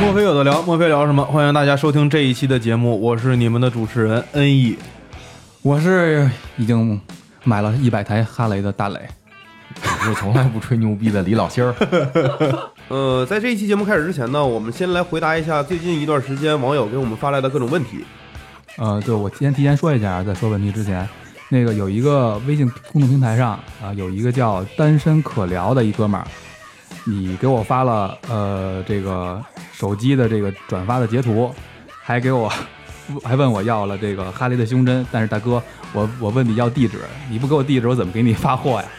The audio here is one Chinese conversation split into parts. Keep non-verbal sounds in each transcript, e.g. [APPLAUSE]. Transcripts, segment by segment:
墨菲有的聊，墨菲聊什么？欢迎大家收听这一期的节目，我是你们的主持人 N E。我是已经买了一百台哈雷的大磊。我是从来不吹牛逼的李老仙儿。呃，在这一期节目开始之前呢，我们先来回答一下最近一段时间网友给我们发来的各种问题。呃，对，我先提前说一下，啊在说问题之前，那个有一个微信公众平台上啊、有一个叫“单身可聊”的一哥们儿，你给我发了呃这个手机的这个转发的截图，还给我还问我要了这个哈雷的胸针，但是大哥，我我问你要地址，你不给我地址，我怎么给你发货呀？ [LAUGHS]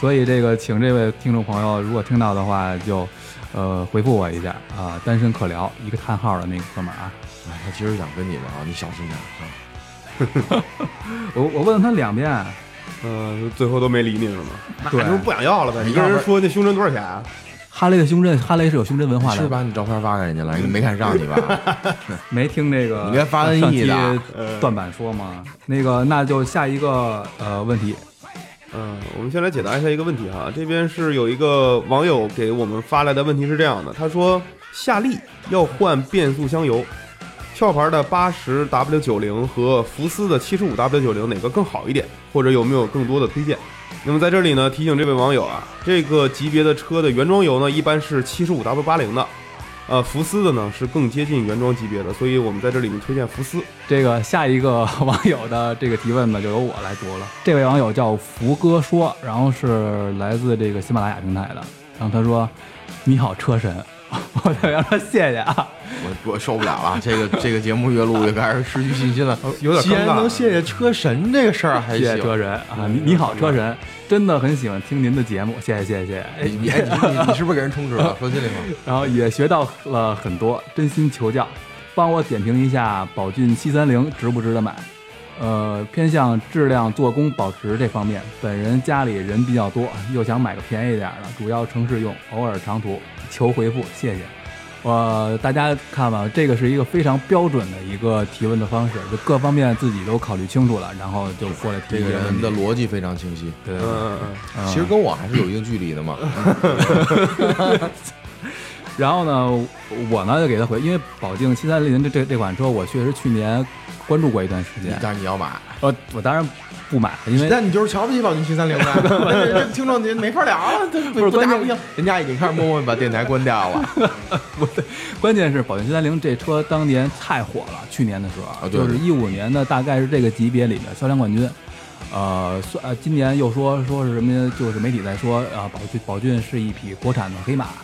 所以这个，请这位听众朋友，如果听到的话，就呃回复我一下啊、单身可聊一个叹号的那个哥们儿啊。哎，他其实想跟你聊，你小心点啊。我我问了他两遍，啊呃，最后都没理你是吗？对那就是不想要了呗。你跟人说那胸针多少钱啊？哈雷的胸针，哈雷是有胸针文化是的，把你照片发给人家了，你没看上你 [LAUGHS] 吧？没听那个你别发 NE 的啊嗯上期呃断版说吗？那个，那就下一个呃问题，嗯，我们先来解答一下一个问题哈，这边是有一个网友给我们发来的问题是这样的，他说夏利要换变速箱油，壳牌的八十 W 九零和福斯的七十五 W 九零哪个更好一点，或者有没有更多的推荐？那么在这里呢，提醒这位网友啊，这个级别的车的原装油呢一般是七十五 W 八零的，呃，福斯的呢是更接近原装级别的，所以我们在这里面推荐福斯。这个下一个 [LAUGHS] 网友的这个提问呢，就由我来读了。这位网友叫福哥说，然后是来自这个喜马拉雅平台的，然后他说：“你好，车神。” [LAUGHS] 我代表说谢谢啊，我我受不了了，啊这个这个节目越录越开始失去信心了，有点尴尬既然能谢谢车神 [LAUGHS] 这个事儿还谢行谢。车神啊，嗯你你好，车神，真的很喜欢听您的节目，谢谢谢谢谢谢。哎你你你你是不是给人充值 [LAUGHS] 了？说心里话。然后也学到了很多，真心求教，帮我点评一下宝骏七三零值不值得买？呃，偏向质量、做工、保值这方面，本人家里人比较多，又想买个便宜一点儿的，主要城市用，偶尔长途，求回复，谢谢。呃，大家看吧，这个是一个非常标准的一个提问的方式，就各方面自己都考虑清楚了，然后就过来提这一个些问人题的逻辑非常清晰，对对嗯对。嗯嗯。其实跟我还是有一定距离的嘛。然后呢，我呢就给他回，因为宝骏七三零这这这款车，我确实去年关注过一段时你间。但是你要买，呃，我当然不买， [LAUGHS] 因为但你就是瞧不起宝骏七三 [LAUGHS] 零呗。这听众您没法聊了，不是关键不人家已经开始默默把电台关掉了。关键是宝骏七三零这车当年太火了，去年的时候，啊啊对就是一五年的大概是这个级别里面销量冠军。呃，算呃，今年又说说是什么，就是媒体在说啊，宝骏宝骏是一匹国产的黑马啊。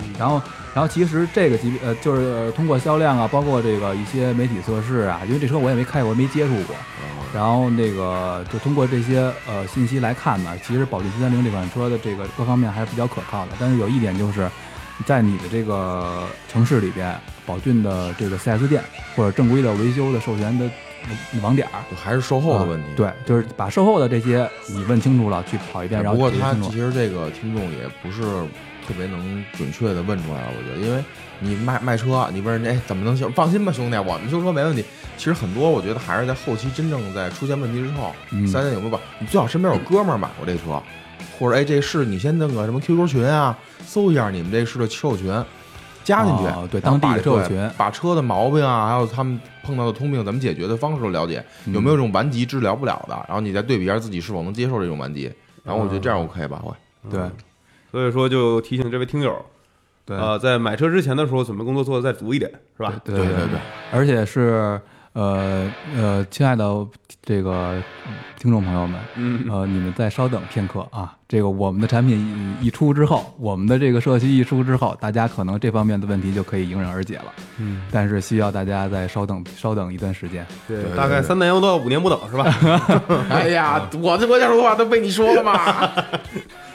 嗯然后，然后其实这个级别呃，就是通过销量啊，包括这个一些媒体测试啊，因为这车我也没开过，没接触过。哦然后那个就通过这些呃信息来看呢，其实宝骏七三零这款车的这个各方面还是比较可靠的。但是有一点就是，在你的这个城市里边，宝骏的这个 4S 店或者正规的维修的授权的网点儿，还是售后哦的问题啊。对，就是把售后的这些你问清楚了，去跑一遍， [LAUGHS] 然后不过解决他清楚其。实这个听众也不是特别能准确的问出来，我觉得，因为你卖卖车，你问人家哎怎么能修？放心吧，兄弟，我们修车没问题。其实很多我觉得还是在后期真正在出现问题之后，嗯三店有没有吧？你最好身边有哥们儿买过这车，或者哎这是你先弄个什么 QQ 群啊，搜一下你们这是的车友群。加进去，哦对然后当地把的车友对群把车的毛病啊，还有他们碰到的通病，怎么解决的方式都了解，嗯有没有这种顽疾治疗不了的？然后你再对比一下自己是否能接受这种顽疾，然后我觉得这样嗯 OK 吧，会。对所以说，就提醒这位听友，对啊呃，在买车之前的时候，准备工作做的再足一点，是吧？对对对对而且是呃呃，亲爱的这个听众朋友们，嗯 [LAUGHS] 呃，你们再稍等片刻啊！这个我们的产品一一出之后，我们的这个社区一出之后，大家可能这方面的问题就可以迎刃而解了。嗯，但是需要大家再稍等稍等一段时间。对对，大概对三年要到五年不等是 [LAUGHS] 吧？哎呀，我这我讲的话都被你说了嘛。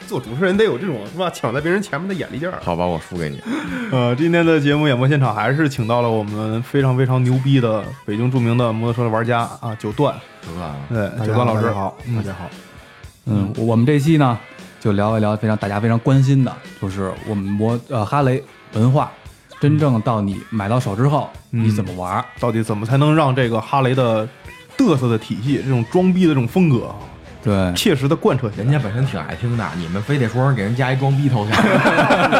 做主持人得有这种是吧，抢在别人前面的眼力劲儿。啊好吧，我输 [LAUGHS] 给你。 [LAUGHS] 呃，今天的节目演播现场还是请到了我们非常非常牛逼的北京著名的摩托车的玩家啊，九段，是吧？对，大家九段好，老大师家好，大家好。嗯，我们这期呢就聊一聊非常大家非常关心的，就是我们摩呃哈雷文化真正到你买到手之后，嗯你怎么玩儿？到底怎么才能让这个哈雷的嘚瑟的体系，这种装逼的这种风格啊，对，切实的贯彻起人来？家本身挺爱听的，你们非得说是给人加一装逼头像， [LAUGHS] 听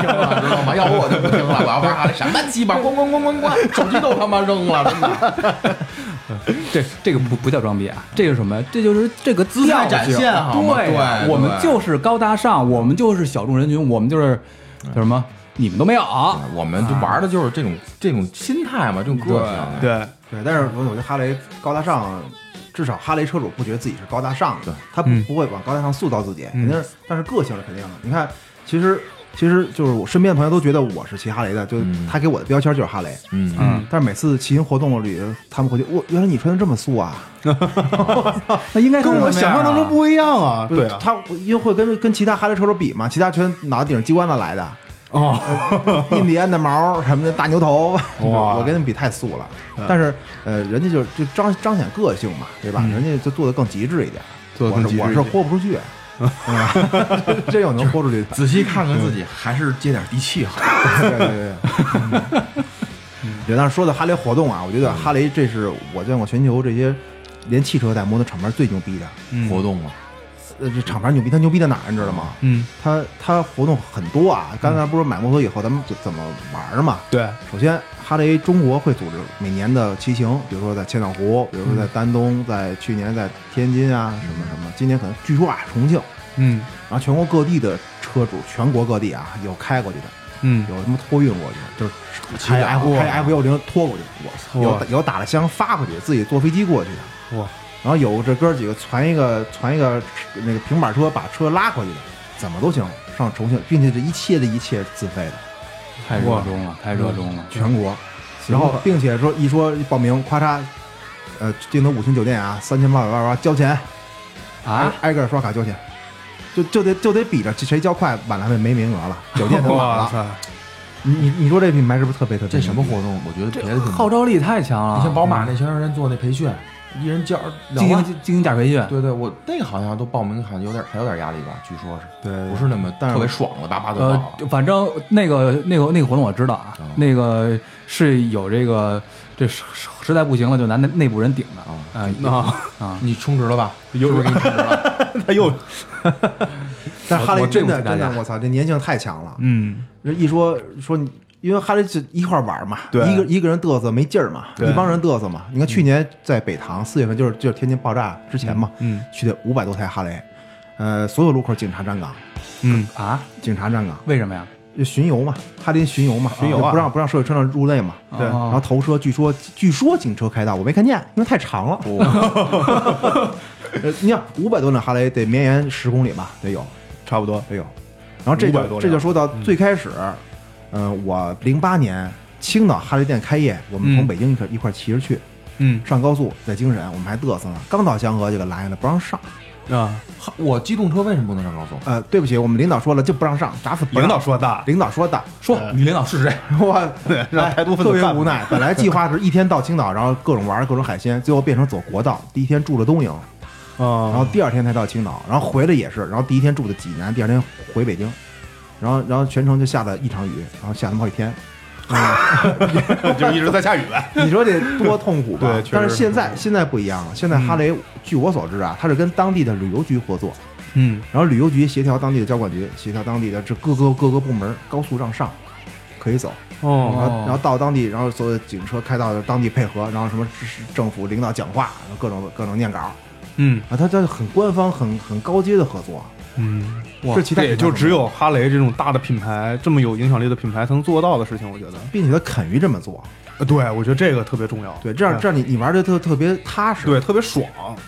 了知道吗？要不我就不听了，我要玩哈雷什么鸡巴，咣咣咣咣咣，手机都他妈扔了，真 [LAUGHS] 的。这这个不不叫装逼啊，这是什么呀？这就是这个姿态态展就行现好吗对啊，对我们对就是高大上，我们就是小众人群，我们就是叫什么？你们都没有。我们就玩的就是这种这种心态嘛，这种个性。，啊对，对，但是我我觉得哈雷高大上，至少哈雷车主不觉得自己是高大上对的，他不嗯不会往高大上塑造自己，嗯肯定是，但是个性是肯定的。你看，其实其实就是我身边的朋友都觉得我是骑哈雷的，就嗯他给我的标签就是哈雷。嗯，嗯但是每次骑行活动里，他们回去，我原来你穿的这么素啊，那应该是跟我什么想象样当中啊不一样啊，对啊，他因为会跟跟其他哈雷车手比嘛，其他全脑袋顶上鸡冠子来的，呃哦，印第安的毛什么的大牛头， [LAUGHS] 哇嗯我跟他们比太素了。但是呃，人家就就彰彰显个性嘛，对吧？人家就做的更极致一点。嗯做得更极致一点我是我是豁不出去， [LAUGHS] 啊，真有能豁出去的。仔细看看自己，还是接点地气好。对对对对。嗯 [LAUGHS] 对，但是说到哈雷活动啊，我嗯觉得哈雷这是我见过全球这些连汽车带摩托厂牌最牛逼的。活动嘛，呃，这厂牌牛逼，它牛逼在哪儿你知道吗？嗯，它它活动很多啊。刚才不是买摩托以后咱们怎怎么玩儿嘛？对，首先，哈雷中国会组织每年的骑行，比如说在千岛湖，比如说在嗯丹东，在去年在天津啊，什么什么，今年可能据说啊重庆，嗯然后全国各地的车主，全国各地啊有开过去的，嗯，有什么托运过去的，就是开 F 开 F 幺零拖过去的，操有有打了箱发过去，自己坐飞机过去的，哇！然后有这哥几个传一个传一个那个平板车把车拉过去的，怎么都行，上重庆，并且这一切的一切自费的，太热衷了，太热衷了。全国。然后，并且说一说报名，咔嚓，呃，定的五星酒店啊，三千八百八十八交钱，挨啊，挨个刷卡交钱，就就得就得比着谁交快，晚了没没名额了，酒店都 [LAUGHS] 满哇了。塞，你你你说这品牌是不是特别特别？嗯这什么活动？我觉得别这的挺号召力太强了。你像宝马那前段时间做那培训，一人交两进万行。进行点培训，对对，我那个好像都报名，好像有点还有点压力吧？据说是对不是那么但是特别爽了，叭叭就到呃了。，反正那个那个那个活动我知道啊，啊那个是有这个，这实实实在不行了就拿内内部人顶着啊啊那啊，你充值了吧？有是不是给 [LAUGHS] 你充值了？ [LAUGHS] 他又 [LAUGHS] 但是哈雷我真我的对不真起大的家，我操，这粘性太强了。嗯，这一说说你，因为哈雷就一块儿玩儿嘛，对一个一个人嘚瑟没劲儿嘛，对嗯一帮人嘚瑟嘛。你看去年在北塘四月份，就是就是天津爆炸之前嘛，嗯去的五百多台哈雷，呃，所有路口警察站岗，嗯啊？警察站岗。为什么呀？就巡游嘛，哈林巡游嘛，巡游啊就不让不让所有车辆入内嘛。对然后哦头车据说据说警车开道，我没看见，因为太长了。哦 [LAUGHS] 呃，你想五百多辆哈雷得绵延十公里吧，得有差不多，得有。然后这500多辆嗯就这就说到最开始，呃，我零八年青岛哈雷店开业，我们嗯从北京一块一块骑着去嗯上高速，在京沈我们还嘚瑟呢，刚到香河就给拦下来不让上。啊，我机动车为什么不能上高速？呃，对不起，我们领导说了就不让上，打死不领让导说的，领导说的，说你领导是谁？ [LAUGHS] 我对让台独分特子别看无奈。本来计划是一天到青岛，然后各种玩各种海鲜，最后变成走国道。第一天住了东营，然后啊，第二天才到青岛，然后回来也是，然后第一天住的济南，第二天回北京，然后然后全程就下了一场雨，然后下他妈好几天。嗯 [LAUGHS] 就是一直在下雨呗， [LAUGHS] 你说这多痛苦吧对？确实但是现在现在不一样了，现在哈雷，据我所知啊，它是跟当地的旅游局合作，嗯然后旅游局协调当地的交管局，协调当地的这各个各个部门，高速让上，可以走。哦然后哦然后到当地，然后所有的警车开到当地配合，然后什么政府领导讲话，然后各种各种念稿，嗯啊，他这很官方、很很高阶的合作。嗯，哇这其他这也也就太只有哈雷这种大的品牌，这么有影响力的品牌才能做到的事情，我觉得。并且他肯于这么做，呃对，我觉得这个特别重要。对，这样这样你你玩的特特别踏实，对特别爽。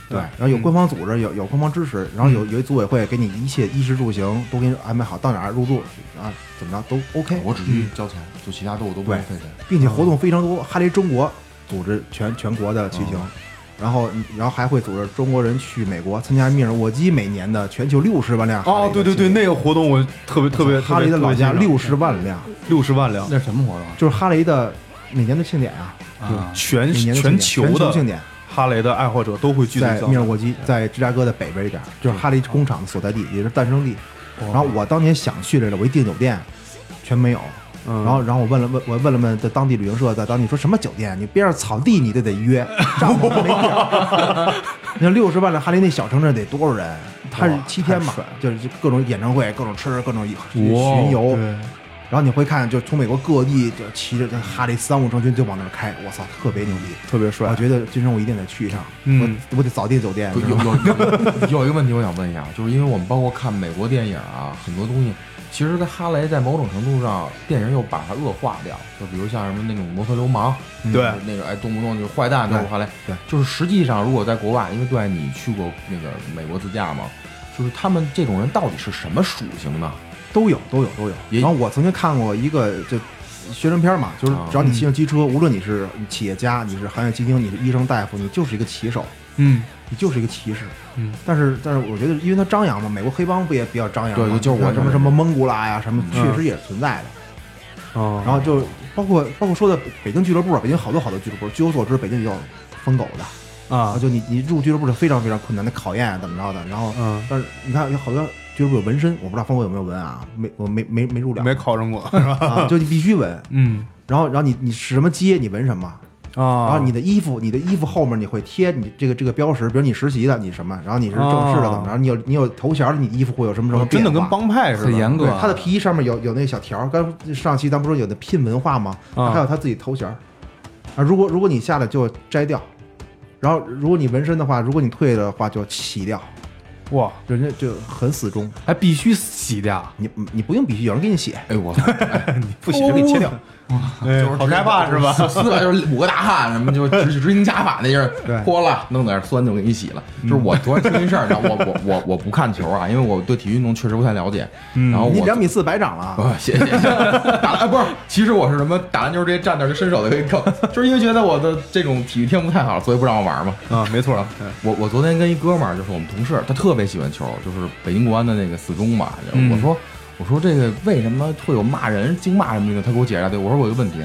对，然后有官方组织，有有官方支持，然后有有一组委会给你一切衣食住行都给你安排好，到哪儿入住啊，怎么着都 OK，我只去交钱，就其他的我都不用费钱。并嗯且活动非常多。哈雷中国组织全全国的骑行，嗯然后然后还会组织中国人去美国参加密尔沃基每年的全球六十万辆哈雷哦，对的对骑对，行那个活动我特别特别啊哈雷的老家六十万辆，六十万辆，那是什么活动就是哈雷的每年的庆典啊，啊？嗯全每年的庆典全球全的庆典哈雷的爱嗯好者都会聚集在到密。尔沃基，在芝加哥的北边一点，就是哈雷工厂的所在地，也是诞生地。哦然后我当年想去来着，我一订酒店，全没有。嗯然后，然后我问了问，我问了问在当地旅行社，在当地说什么酒店？你边上草地你都得 [LAUGHS] 约，帐篷都没地儿。你看六十万的哈雷那小城镇得多少人？它是七天嘛，就是各种演唱会，各种吃，各种巡游。哦对然后你会看，就从美国各地就骑着这哈雷三五成群就往那儿开，我操，特别牛逼，特别我帅。觉得今生我一定得去一趟，嗯我我得早订酒店不。有有有 [LAUGHS] 有一个问题我想问一下，就是因为我们包括看美国电影啊，很多东西，其实在哈雷在某种程度上，电影又把它恶化掉，就比如像什么那种摩托流氓，对就是那种哎动不动就是坏蛋就是哈雷，对对就是实际上如果在国外，因为对你去过那个美国自驾嘛，就是他们这种人到底是什么属性呢？都有，都有，都有。也然后我曾经看过一个就学生片嘛，就是啊只要你骑上机车，无论你是企业家，你是行业精英，你是医生、大夫，你就是一个骑手，嗯，你就是一个骑士。嗯，但是但是我觉得，因为他张扬嘛，美国黑帮不也比较张扬嘛？对就是嗯我什么什么蒙古拉呀，什么确实也是存在的。哦然后就包括包括说的北京俱乐部，啊北京好多好多俱乐部。据我所知，北京也有疯狗的。啊，啊，就你你入俱乐部是非常非常困难的考验啊，怎么着的？然后，嗯，但是你看有好多俱乐部有纹身，我不知道方国有没有纹啊，没我没没没入了，没考上过是吧？ [LAUGHS] 啊，就你必须纹。嗯然后然后你你使什么街你纹什么，啊，然后你的衣服你的衣服后面你会贴你这个这个标识，比如你实习的你什么，然后你是正式的哦怎么着，你有你有头衔儿，你衣服会有什么什么哦 [LAUGHS] 真的变跟化帮派似的，很严格对，他的皮衣上面有有那小条儿，刚上期咱不说有那拼文化吗？啊还有他自己头衔儿啊。如果如果你下来就摘掉，然后如果你纹身的话，如果你退的话就洗掉，哇，人家就很死忠。还必须洗掉，你你不用必须有人给你写，哎我操，不行，给你切掉，哎就是好害怕是 [LAUGHS] 吧？撕了就是五个大汉什么，就执执行家法那劲儿对，泼了弄点酸就给你洗了。就是我昨天听一事儿，你知道我我我我不看球啊，因为我对体育运动确实不太了解。然哦后我嗯你两米四白长了啊。啊，谢谢谢谢。打篮不是，其实我是什么打篮球直接站那儿就伸手就可以扣，就是因为觉得我的这种体育天赋太好，所以不让我玩嘛。啊，没错，嗯我我昨天跟一哥们儿，就是我们同事，他特别喜欢球，就是北京国安的那个四中嘛。然后我说、我说这个为什么会有骂人、净骂什么的？他给我解释了一大堆。我说我有个问题，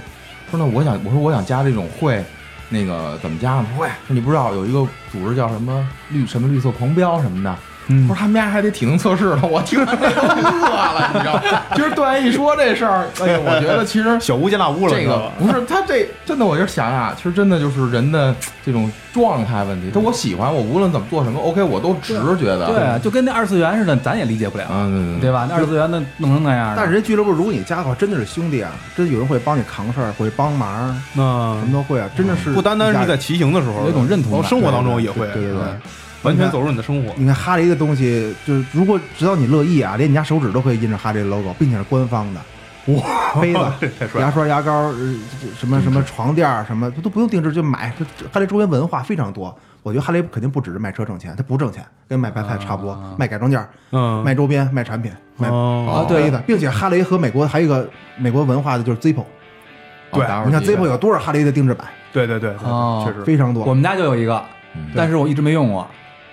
说那我想我说我想加这种会，那个怎么加呢？他说喂，说你不知道有一个组织叫什么绿什么绿色狂飙什么的。嗯我说他们家还得体能测试呢，我听着都饿了，你知道吗？就是段一说这事儿，哎呀，我觉得其实小巫见大巫了，这你知道个吧不是他这真的，我就是想啊，其实真的就是人的这种状态问题。但我喜欢，我无论怎么做什么，OK，我都直觉得。对啊，就跟那二次元似的，咱也理解不了，嗯，对吧？那二次元那弄成那样的，但是人家俱乐部如果你加的话，真的是兄弟啊，真有人会帮你扛事儿，会帮忙，什那么都会啊，真的是嗯不单单是在骑行的时候有一种认同感然后生活当中也会，对对对对嗯，完全走入你的生活。你看哈雷的东西，就是如果只要你乐意啊，连你家手指都可以印着哈雷 logo，并且是官方的。哇，杯 [LAUGHS] 子、太帅了！嗯牙刷、牙膏，呃这这什么什么床垫儿，什么都不用定制就买。这这哈雷周边文化非常多，我觉得哈雷肯定不只是卖车挣钱，它不挣钱，跟卖白菜差不多，卖改装件儿、啊嗯，卖周边、卖产品、卖哦，啊，对杯子，并且哈雷和美国还有一个美国文化的就是 Zippo，哦对打扰你看你了 Zippo 有多少哈雷的定制版，对对对，对哦对确实，非常我多。们家就有一个，嗯但是我一直没用过。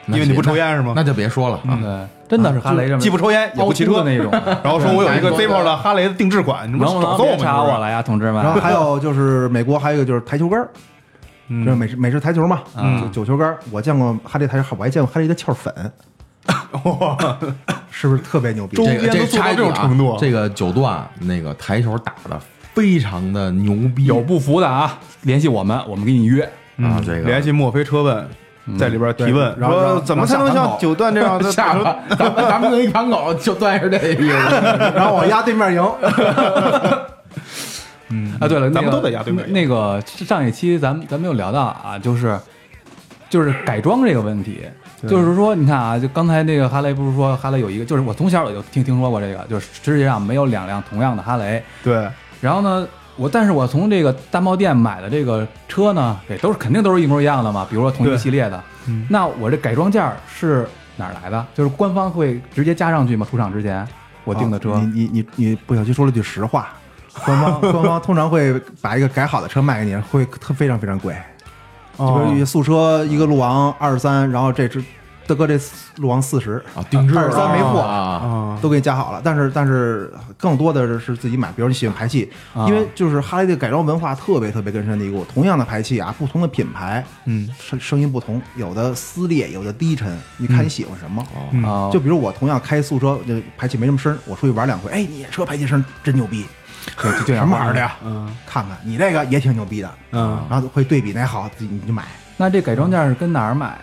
那因为你行不抽烟是吗那？就别说了啊。对，真的是哈雷这么既不抽烟也凹不骑凸的车，那种，啊然后说我有一个 Zippo 的哈雷的定制款，你们能不找能揍别我查我们？了呀，同志们？然后还有就是美国还有一个就是台球杆儿，嗯就是美式美式台球嘛，嗯九九球杆儿，我见过哈雷台球，我还见过哈雷的翘粉， [LAUGHS] 嗯是不是特别牛逼周？这个边这个都做到插一这句种啊程度这个九段那个台球打的非常的牛逼，有不服的啊，联系我们，我们给你约。啊这个嗯嗯 [LAUGHS] 联系墨菲车问，在里边提问，对然后说然后怎么才能像九段这样 [LAUGHS] 的下吧，咱们咱们弄一盘狗就算是这个意 [LAUGHS] 思。然后我压对面赢，啊，对了，那个咱们都得压对面那个上一期咱们咱们有聊到啊，就是就是改装这个问题，就是说，你看啊，就刚才那个哈雷不是说哈雷有一个，就是我从小我就听听说过这个，就是世界上没有两辆同样的哈雷。对，然后呢，我但是我从这个大贸店买的这个车呢，也都是肯定都是一模一样的嘛，比如说同一个对系列的。嗯那我这改装件儿是哪儿来的？就是官方会直接加上去吗？出厂之前 [LAUGHS] 我订的哦车，啊你你你你不小心说了句实话，官方官方通常会把一个改好的车卖给你，会特非常非常贵。哦就比如速车一个路王二十三，然后这只大哥这路王四十，啊，定制二十三没货啊，啊，都给你加好了。但是但是更多的是自己买，比如你喜欢排气，啊因为就是哈雷的改装文化特别特别根深蒂固。同样的排气啊，不同的品牌嗯声声音不同，有的撕裂，有的低沉，嗯你看你喜欢什么。哦嗯啊，就比如我同样开速车，就排气没什么声儿，我出去玩两回，哎，你车排气声真牛逼，就就这样什么玩意儿的呀？呀？嗯看看你这个也挺牛逼的，嗯，然后会对比哪好，自己你就买。那这改装件是跟哪儿买呀、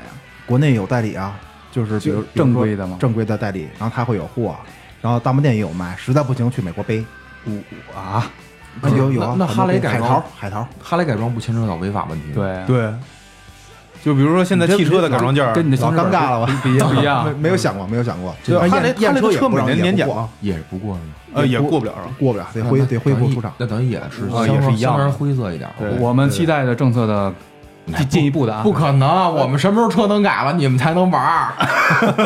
国内有代理啊，就是比如就正规的吗正规的代理，然后他会有货，然后大卖店也有卖，实在不行去美国背。五啊，那有有啊，那那哈雷很多改海装淘海淘，哈雷改装不牵扯到违法问题吗？对，对，就比如说现在汽车的改装件儿，跟你的老行驶尴尬了吧？不一样，不一没样。没有想过，没有想过。对然后哈雷验验哈雷车的也车不每让年年检不过嘛，也是不过是吗？呃，也也过不了是吧？过不了，得恢得恢复出厂。那等于也是啊也是一样相的当灰色一点啊吧。对我们期待着政策的进进一步的啊，不可能，我们什么时候车能改了，你们才能玩 [LAUGHS] 儿？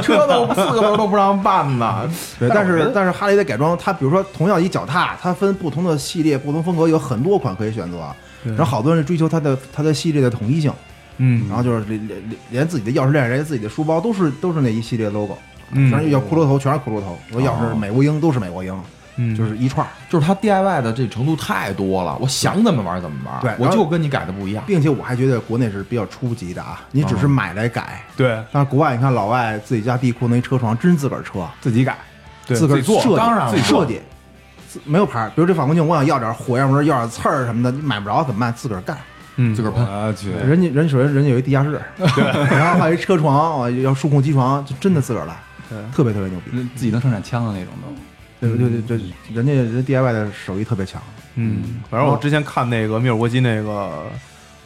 车都四个轮都不让办呢。对，但但是但是哈雷的改装，它比如说同样一脚踏，它分不同的系列、不同风格，有很多款可以选择。啊然后好多人追求它的它的系列的统一性，嗯然后就是连连连连自己的钥匙链、连自己的书包都是都是那一系列 logo，嗯哦反正要骷髅头全是骷髅头，我钥匙美国鹰都是美国鹰，嗯，就是一串儿。就是它 DIY 的这程度太多了，我想怎么玩儿怎么玩儿，对我然后就跟你改的不一样。并且我还觉得国内是比较初级的啊，你哦只是买来改，对但是国外你看老外自己家地库那车床真自个儿车，自己改，对自个儿己做设，计，当然了自己设计，自没有牌儿。比如这反光镜，我想要点火，要不然要点刺儿什么的，你买不着怎么办？自个儿干。嗯，自个儿喷我去，人家人首先人家有一地下室，然后还有一车床，啊要数控机床，就真的自个儿来，特别特别牛逼。自己能生产枪的那种都。对对对，对人家人家 DIY 的手艺特别强。嗯，反正我之前看那个密尔沃基那个，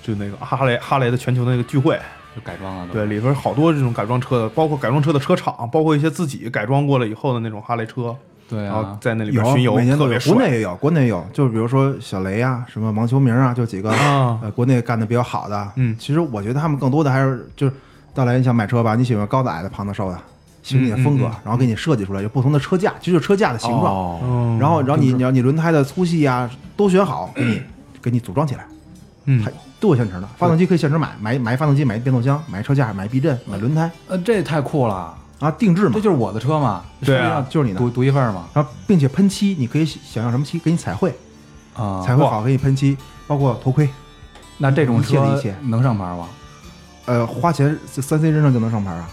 就那个哈雷哈雷的全球的那个聚会，就改装了都，对，里边好多这种改装车的，包括改装车的车厂，包括一些自己改装过了以后的那种哈雷车，对然后哦啊，在那里边巡有游每年，特都有别，国内帅。也有，国内也有，就是比如说小雷啊，什么王秋明啊，就几个啊呃国内干的比较好的。嗯其实我觉得他们更多的还是就是，大来你想买车吧，你喜欢高的、矮的、胖的、瘦的，喜欢你的嗯风格嗯，然后给你设计出来，有不同的车架，其实就是车架的形状，哦，嗯，然后然后你你要你轮胎的粗细啊都选好，给你给你组装起来，嗯还都有现成的。发动机可以现成买，买买发动机，买变速箱，买车架，买避震，买轮胎呃，这太酷了，啊，定制这嘛就，是我的车嘛，对啊实际上就是你的独独一份儿嘛，然后并且喷漆，你可以想要什么漆，给你彩绘，啊，彩绘好给你喷漆，包括头盔。那这种一切的车一切能上牌吗？呃，花钱三 C 认证就能上牌啊，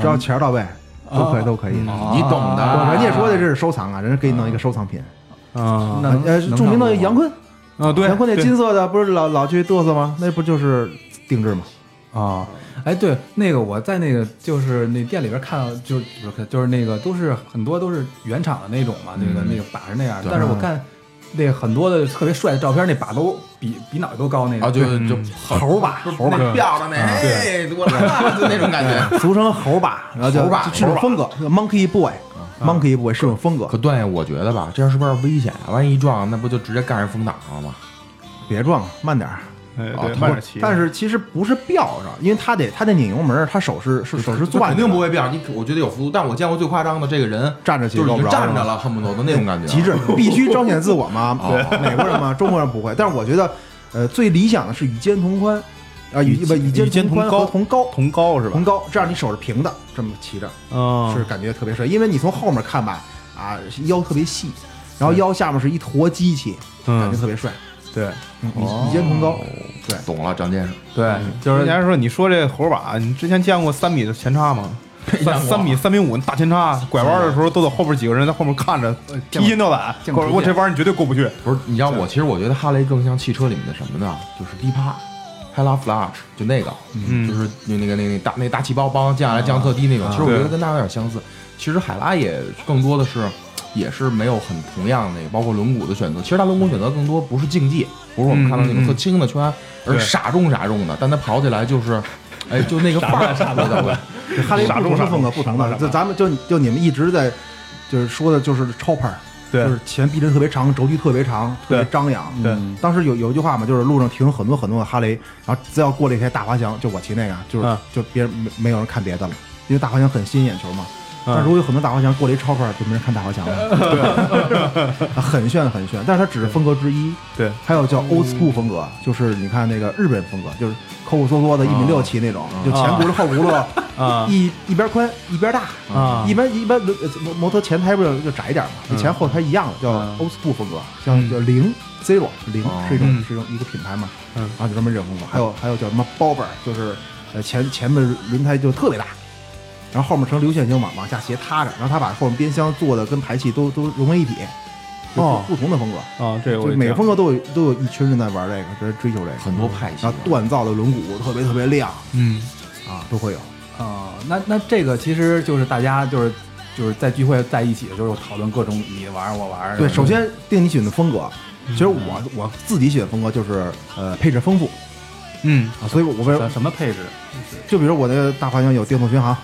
只要钱儿到位，都可以，都可以。啊嗯你懂的我人家说的这是收藏啊，人家给你弄一个收藏品。啊那呃，能著名上的路吗杨坤，啊，对，杨坤那对金色的不是老老去嘚瑟吗？那不就是定制吗？啊，哎，对，那个我在那个就是那店里边看到，就是不是就是那个都是很多都是原厂的那种嘛，那个嗯那个把是那样的，对嗯但是我看那很多的特别帅的照片，那把都比比脑袋都高那个啊，就就嗯猴吧，猴吧，吊着那，哎，我操，就那种感觉。 [LAUGHS] 俗称猴吧，然后就哎猴吧是种风格叫，Monkey Boy，Monkey Boy 是种风 [LAUGHS] 格可。段爷，我觉得吧，这样是不是有点危险啊？万一一撞，那不就直接干上风挡上了吗？别撞了，慢点儿。哎啊对，慢点骑，但是其实不是吊着，因为他得他得拧油门儿，他手是是手是就攥着肯的，定不会变。你我觉得有幅度，但我见过最夸张的这个人站着起就是已够不经着站着是吧了，恨不得都那种感觉，极致，必须彰显自我嘛。对美国人嘛，中国人不会。但是我觉得，呃，最理想的是与肩同宽，啊，与不与与肩同同宽高和同高同高是吧同？高，这样你手是平的，这么骑着啊是感觉特别帅。因为你从后面看吧，啊，腰特别细，然后腰下面是一坨机器，感觉嗯，特别帅。对。嗯与与肩同高，对，懂了，长见识。对，就嗯人是家说你说这猴把，你之前见过三米的前叉吗？三三米三米五大前叉，拐弯的时候都得后边几个人在后面看着，提心吊胆。见过我我这弯你绝对过不去。不是，你知道我其实我觉得哈雷更像汽车里面的什么呢？就是低趴。h e l a Flash 就那个，嗯就是就那个那那大那大气包帮降下来降特低那种，其实我觉得对跟它有点相似。其实海拉也更多的是，也是没有很同样的，包括轮毂的选择。其实它轮毂选择更多不是竞技，不是我们看到那种特轻的圈，而是嗯对傻重傻重的，但它跑起来就是哎，就那个范儿差不多到位。 [LAUGHS] 哈雷傻不住同傻的住风格不同傻的，住就咱们就就你们一直在就是说的就是超 r 对就是前避震特别长，轴距特别长，特别对张扬。对嗯当时有有一句话嘛，就是路上停很多很多的哈雷，然后只要过了一台大滑翔，就我骑那个，就是、嗯就别人没没有人看别的了，因为大滑翔很吸引眼球嘛。嗯但如果有很多大滑翔过了一超 r 就没人看大滑翔了， [LAUGHS] 很炫很炫，但是它只是风格之一。对，还有叫嗯 old school 风格，就是你看那个日本风格，就是抠抠缩缩的，一米六七那种，就前轱辘后轱辘， [LAUGHS] 啊一一边宽一边大啊一般一般呃摩摩托前胎不是就窄一点嘛，就前后胎一样的，叫嗯 old school 风格，像叫零 zero 零哦是一种嗯是一种一个品牌嘛，嗯然后就专门这种风格，还有还有叫什么 bobber，就是呃前前面轮胎就特别大。然后后面成流线型往往下斜塌着，然后他把后面边箱做的跟排气都都融为一体，就哦不不同的风格。啊，这个就我也每个见风格都有都有一群人在玩这个，在追求这个，很多派系然后锻造的轮毂特别特别亮嗯啊，都会有。啊、那那这个其实就是大家就是就是在聚会在一起，就是讨论各种你玩儿我玩儿。嗯对，首先定你喜欢的风格。其实我我自己喜欢风格就是呃配置丰富嗯啊，所以我为什什么配置？就比如我那个大滑翔有电动巡航，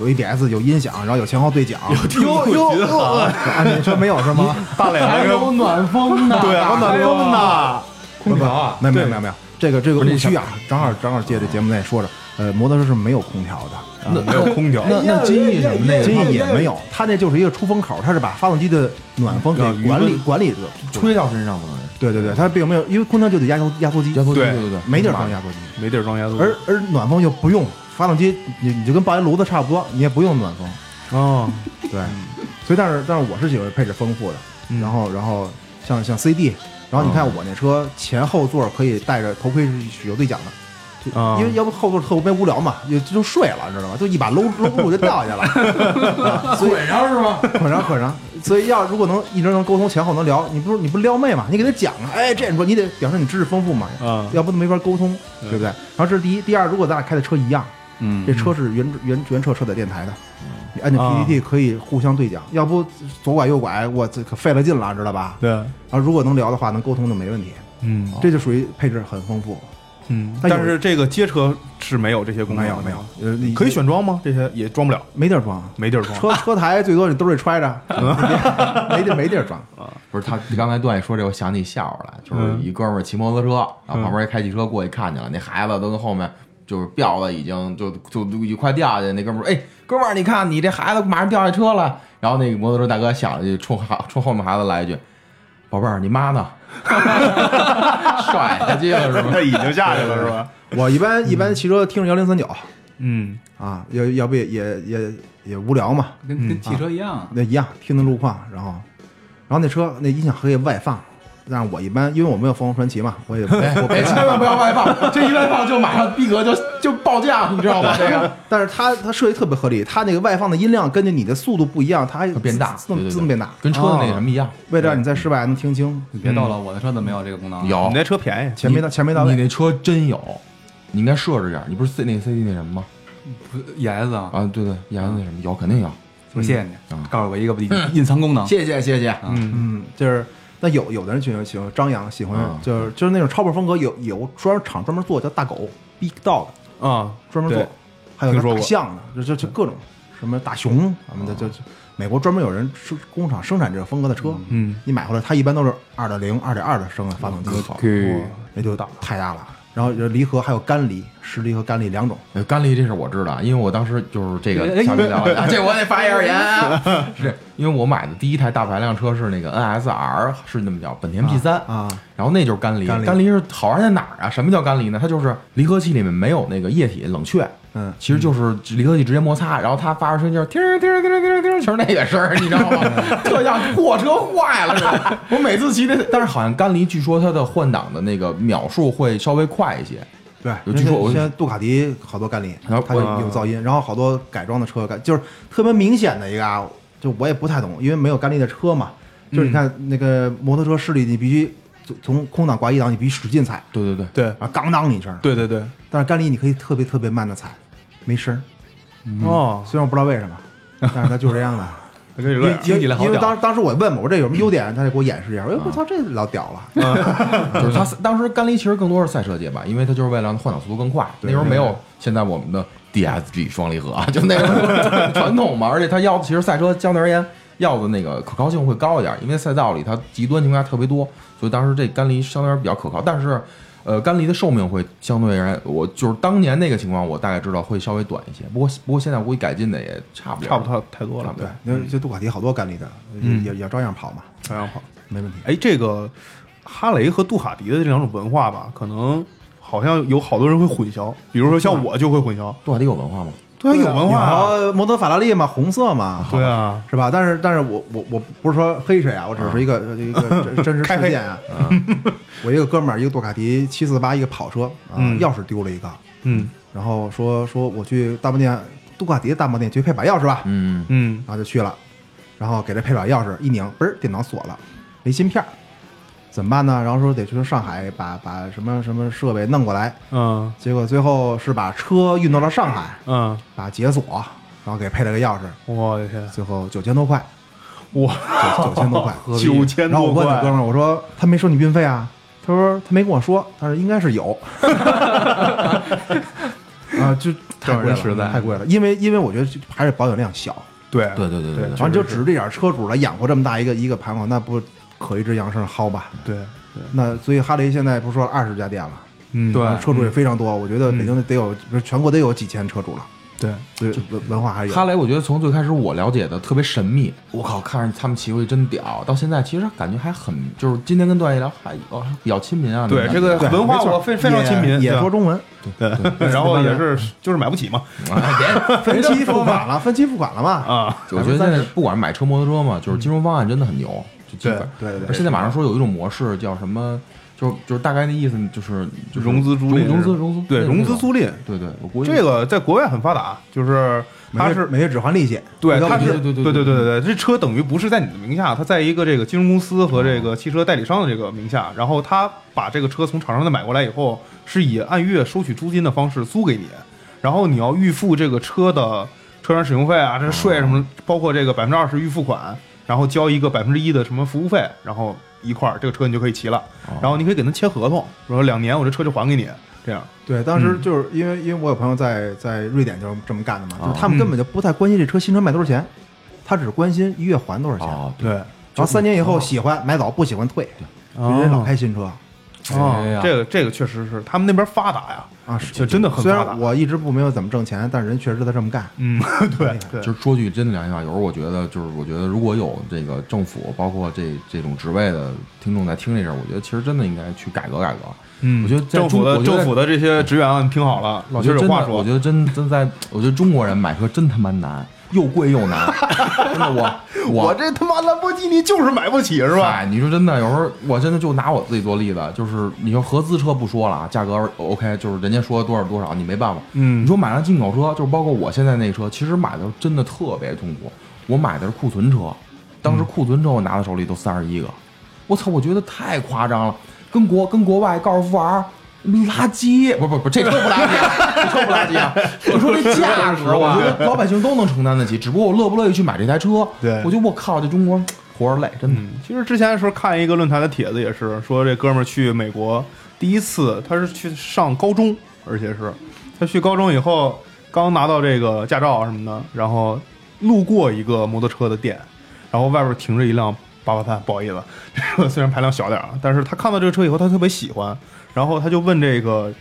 有 ABS，有音响，然后有前后对讲，电动巡航有有啊，你说没有是吗？ [LAUGHS] 大磊还有暖风呢，对啊还 [LAUGHS] 有暖风呢，空调啊，没有没有对没有没有，这个这个不是误区啊，正好正好借这节目内说着，呃，摩托车是没有空调的，啊没有空调，那那金翼什么那金个翼也没有，它那就是一个出风口，它是把发动机的暖风给啊余温管理管理住。吹到身上不能，对对对，它并没有，因为空调就得压缩压缩机，压缩机对对嗯对，没地儿放压缩机。没地儿装压缩，而而暖风又不用发动机，你你就跟抱一炉子差不多，你也不用暖风。哦，对，嗯所以但是但是我是喜欢配置丰富的，嗯然后然后像像 CD，然后你看哦我那车前后座可以戴着头盔是有对讲的。就啊哦因为要不后座特别无聊嘛，也就睡了，你知道吗？就一把搂搂不住就掉下来， [LAUGHS] 捆上是吗？捆上捆上。所以要如果能一直能沟通，前后能聊，你不是你不撩妹嘛？你给他讲啊，哎，这样说你得表示你知识丰富嘛，嗯啊要不没法沟通，对不对？然后这是第一，第二，如果咱俩开的车一样，嗯这车是原原原车车载电台的，嗯你按哦啊键 PPT 可以互相对讲，要不左拐右拐，我这可费了劲了，知道吧？对，然后如果能聊的话，能沟通就没问题，嗯这就属于配置很丰富。嗯，但有但是这个街车是没嗯有这些功能，没有没有，，呃，你可以选装吗？这些也装不了，没地儿装，没地儿装。 [LAUGHS] 车车台最多你兜里揣着，没地儿没地儿装。不是他刚才段一说这，我想起笑话来，就是嗯一哥们儿骑摩托车，然后旁边一开汽车过去看见了，那孩子都跟后面就是掉了，已经就就就就快掉下去。那哥们儿说，哎，哥们儿，你看你这孩子马上掉下车了。然后那个摩托车大哥想了一句，就冲孩冲后面孩子来一句：“宝贝儿，你妈呢？” [LAUGHS] 甩下去了是 [LAUGHS] 吗？那已经下去了是吧？我一般一般骑车听幺零三九嗯，啊，要要不也也也也无聊嘛，跟嗯跟汽啊车一样，那一样听听路况，然后，然后那车那音响可以外放，但是我一般因为我没有凤凰传奇嘛，我也 [LAUGHS] 不哎，我哎千万不要外放，这一外放就马上逼格就就报价，你知道吗？这个但是它它设计特别合理，它那个外放的音量跟着你的速度不一样，它还变大，对自动对对嗯自动变大，啊跟车的哦那个什么一样。为了让你在室外还能听清，你别逗了，我的车怎么没有这个功能？，有你那车便宜，钱没到钱没到你位，那车真有，你应该设置点儿。你不是 C 那个 CD 那什么吗？不 ES 啊，啊，对对，演那什么有，肯定有。我谢谢你嗯，告诉我一个隐隐藏功能。谢谢谢谢，嗯，嗯，就是那有有的人喜欢喜欢张扬，喜欢嗯就是就是那种超跑风格，有有专厂专门做叫大狗 Big Dog 啊，专门做对，还有听说那大过象的，就就就各种什么大熊什么的，就就美国专门有人生工厂生产这个风格的车，嗯，你买回来它一般都是二点零、二点二的升的发动机，给那就太大了。然后离合还有干离，实离和干离两种，呃甘丽这事儿我知道，因为我当时就是这个哎下面聊 [LAUGHS] 了，啊这我得发言言啊。是因为我买的第一台大排量车是那个 NSR，是那么叫本田 P 三啊，然后那就是甘梨。甘梨甘梨是好玩在哪儿啊？什么叫甘梨呢？它就是离合器里面没有那个液体冷却，嗯，其实就是离合器直接摩擦，然后它发出声音就是叮儿叮儿叮儿叮儿叮儿，就是那个声儿，你知道吗？ [LAUGHS] 特像货车坏了似的。我每次骑那，但是好像甘梨据说它的换挡的那个秒数会稍微快一些。对，有因据为说我现在杜卡迪好多干离，然后它有啊有噪音，然后好多改装的车干，就是特别明显的一个啊，就我也不太懂，因为没有干离的车嘛，嗯就是你看那个摩托车视力，你必须从从空档挂一档，你必须使劲踩，对对对，对，啊，咣当一声，对对对，但是干离你可以特别特别慢的踩，没声儿，哦， [LAUGHS] 虽然我不知道为什么，但是它就是这样的。跟你因乐为呀因听起来为好因为屌啊嗯当当时我问嘛，我这有什么优点？他就给我演示一下。哎，我操，这老屌了！就是他当时甘梨其实更多是赛车界吧，因为他就是为了让他换挡速度更快。那时候没有现在我们的 DSG 双离合，啊就那个 [LAUGHS] 传统嘛。而且他要的其实赛车相对而言要的那个可靠性会高一点，因为赛道里它极端情况下特别多，所以当时这甘梨相对而言比较可靠。但是，呃，甘梨的寿命会相对而言，我就是当年那个情况，我大概知道会稍微短一些。不过不过现在我估计改进的也差不了，差不多太太多差了不。对多。，那就杜卡迪好多干力的，嗯也也照样跑嘛，同样跑。没问题。哎，这个哈雷和杜卡迪的这两种文化吧，可能好像有好多人会混淆，比如说像我就会混淆。杜卡迪有文化吗？对啊，有文化啊，有呃摩托法拉利嘛，红色嘛，对啊，是吧？但是但是我我我不是说黑谁啊，我只是说一个、一个真真实 [LAUGHS] 开事黑件啊。我一个哥们儿，一个杜卡迪七四八，一个跑车啊，嗯钥匙丢了一个，嗯然后说说我去大卖店，杜卡迪的大卖店去配把钥匙吧，嗯，嗯，然后就去了，然后给这配把钥匙一拧，嘣、儿电脑锁了，没芯片儿，怎么办呢？然后说得去上海把把什么什么设备弄过来，嗯结果最后是把车运到了上海，嗯，把解锁，然后给配了个钥匙，我的 [LAUGHS] 天，最后九千多块，哇， [LAUGHS] 九九千多块。九千然后多我问那哥块，们儿，我说他没收你运费啊？他说他没跟我说，但是应该是 [LAUGHS] 有。啊，就太贵了，实在太贵了。因为因为我觉得就还是保有量小，对对对对对对反正就指着这点车主了，养活这么大一个一个盘口，那不可一只羊身上薅吧？对，那所以哈雷现在不是说二十家店了，嗯对车主也非常多，我觉得北京得有全国得有几千车主了，对，所以文文化还是有。哈雷，我觉得从最开始我了解的特别神秘，我靠，看着他们骑过去真屌。到现在其实感觉还很，就是今天跟段爷聊还哦比较亲民啊。对那种这个感觉文化没错我非非常亲民也也对说中文， [LAUGHS] 然后也是就是买不起嘛分期付款了，分期付款了嘛？啊， [LAUGHS] 我觉得现在不管是买车摩托车嘛，就是金融方案真的很牛，就基本。对对对而现在马上说有一种模式叫什么，就是就是大概那意思就是就是融资租融赁，融资融资对融资，租赁，对对，我估计这个在国外很发达，就是它每月是每月只还利息，对，回头它你是对就对对对对对对，这车等于不是在你的名下，它在一个这个金融公司和这个汽车代理商的这个名下，然后他把这个车从厂商那买过来以后，是以按月收取租金的方式租给你，然后你要预付这个车的车辆使用费啊，这税什哦么，包括这个百分之二十预付款，然后交一个百分之一的什么服务费，然后一块儿这个车你就可以骑了，哦然后你可以给他签合同，我说两年我这车就还给你，这样，对，当嗯时就是因为、因为我有朋友在在瑞典就是这么干的嘛，就是他们嗯根本就不太关心这车新车卖多少钱，他只关心一月还多少钱，哦，对，对，然后三年以后喜欢买走，不喜欢退，人家老开新车哦啊哎呀，这个这个确实是他们那边发达呀，啊，是就真的很虽发达然。我一直不明白怎么挣钱，但是人确实在这么干。嗯， [LAUGHS] 哎对对，就是说句真的良心话，有时候我觉得，就是我觉得如果有这个政府，包括这这种职位的听众在听这事儿，我觉得其实真的应该去改革改革。嗯我觉得在政中府的我觉得政府的这些职员啊，你听好了，老老觉得薛有真话的，说我觉。得真真在，我觉得中国人买车真他妈难，又贵又难。真的，我 [LAUGHS] 我这他妈兰博基尼就是买不起是吧？哎，你说真的，有时候我真的就拿我自己做例子，就是你说合资车不说了啊，价格 OK，就是人家说多少多少，你没办法。嗯你说买辆进口车，就是包括我现在那车，其实买的时候真的特别痛苦。我买的是库存车，当时库存车我拿到手里都三十一个，我操，我觉得太夸张了，跟国跟国外高尔夫 R。垃圾 [LAUGHS] 不不不，这车不垃圾啊，这车不垃圾 [LAUGHS] 啊！我说这价格，我觉得老啊百姓都能承担得起，只不过我乐不乐意去买这台车。对我觉得我靠，这中国活着累，真的。嗯，其实之前的时候看一个论坛的帖子，也是说这哥们儿去美国第一次，他是去上高中，而且是他去高中以后刚拿到这个驾照什么的，然后路过一个摩托车的店，然后外边停着一辆八八三，不好意思，这个虽然排量小点儿啊，但是他看到这个车以后，他特别喜欢，然后他就问这个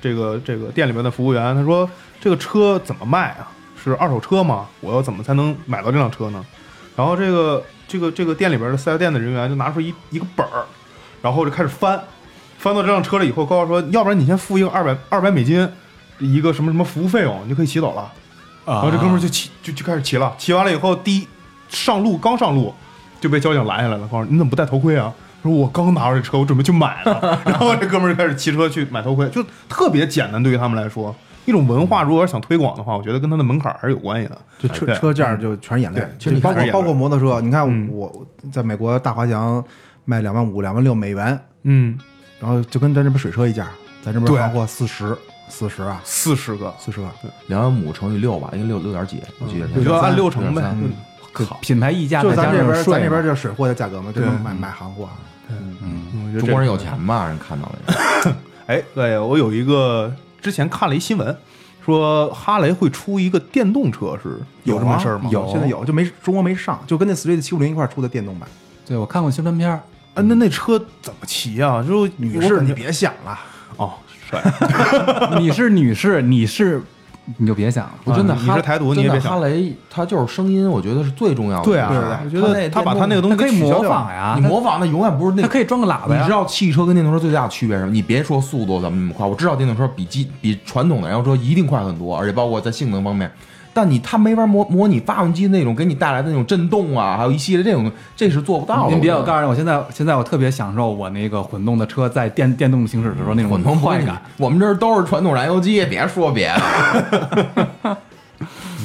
这个这个店里面的服务员，他说这个车怎么卖啊？是二手车吗？我要怎么才能买到这辆车呢？然后这个这个这个店里边的四 S 店的人员就拿出一一个本儿，然后就开始翻，翻到这辆车了以后，告诉说，要不然你先付一个二百二百美金，一个什么什么服务费用，你就可以骑走了。然后这哥们儿就骑就就开始骑了，骑完了以后，第一上路刚上路就被交警拦下来了，告诉你怎么不戴头盔啊？说我刚拿着这车，我准备去买了。然后这哥们儿就开始骑车去买头盔，就特别简单，对于他们来说，一种文化如果要是想推广的话，我觉得跟它的门槛儿还是有关系的。就车对车价就全是眼泪对，就包括全是眼泪包括摩托车，你看嗯我在美国大滑翔卖两万五、两万六美元，嗯，然后就跟咱这边水车一价，咱这边对发货四十四十啊，四十个，四十啊，嗯两万五乘以六吧，应该六六点几，我记得是。就要按六成呗六点三嗯靠，品牌溢价就再是咱加这上边，税咱这嘛边这水货的价格嘛，这对能买买行货。啊嗯，我觉得中这国人有钱吧？人看到了，哎，对我有一个之前看了一新闻，说哈雷会出一个电动车，是有这么事儿吗？有，现在有，就没中国没上，就跟那 Street 七五零一块儿出的电动版。对我看过宣传片儿，啊，那那车怎么骑啊？就女我士，感你觉别想了，哦，帅，你是女士， [LAUGHS] 你是你就别想了，我真的啊你哈是台独你真也的别想哈雷他就是声音，我觉得是最重要的。对啊是对啊吧我觉得那他把电他那个动东西可以取消模掉仿呀，你它模仿那永远不是那它可以装个喇叭你知呀，道汽车跟电动车最大的区别是什么？你别说速度怎么那么快，我知道电动车比机比传统的燃油车一定快很多，而且包括在性能方面，但你它没法模模拟发动机那种给你带来的那种震动啊，还有一系列这种，这是做不到的。您别，我我觉得告诉你，我现在现在我特别享受我那个混动的车在电电动行驶的时候那混种动不快跟你感。，我们这儿都是传统燃油机，别说别的。嗯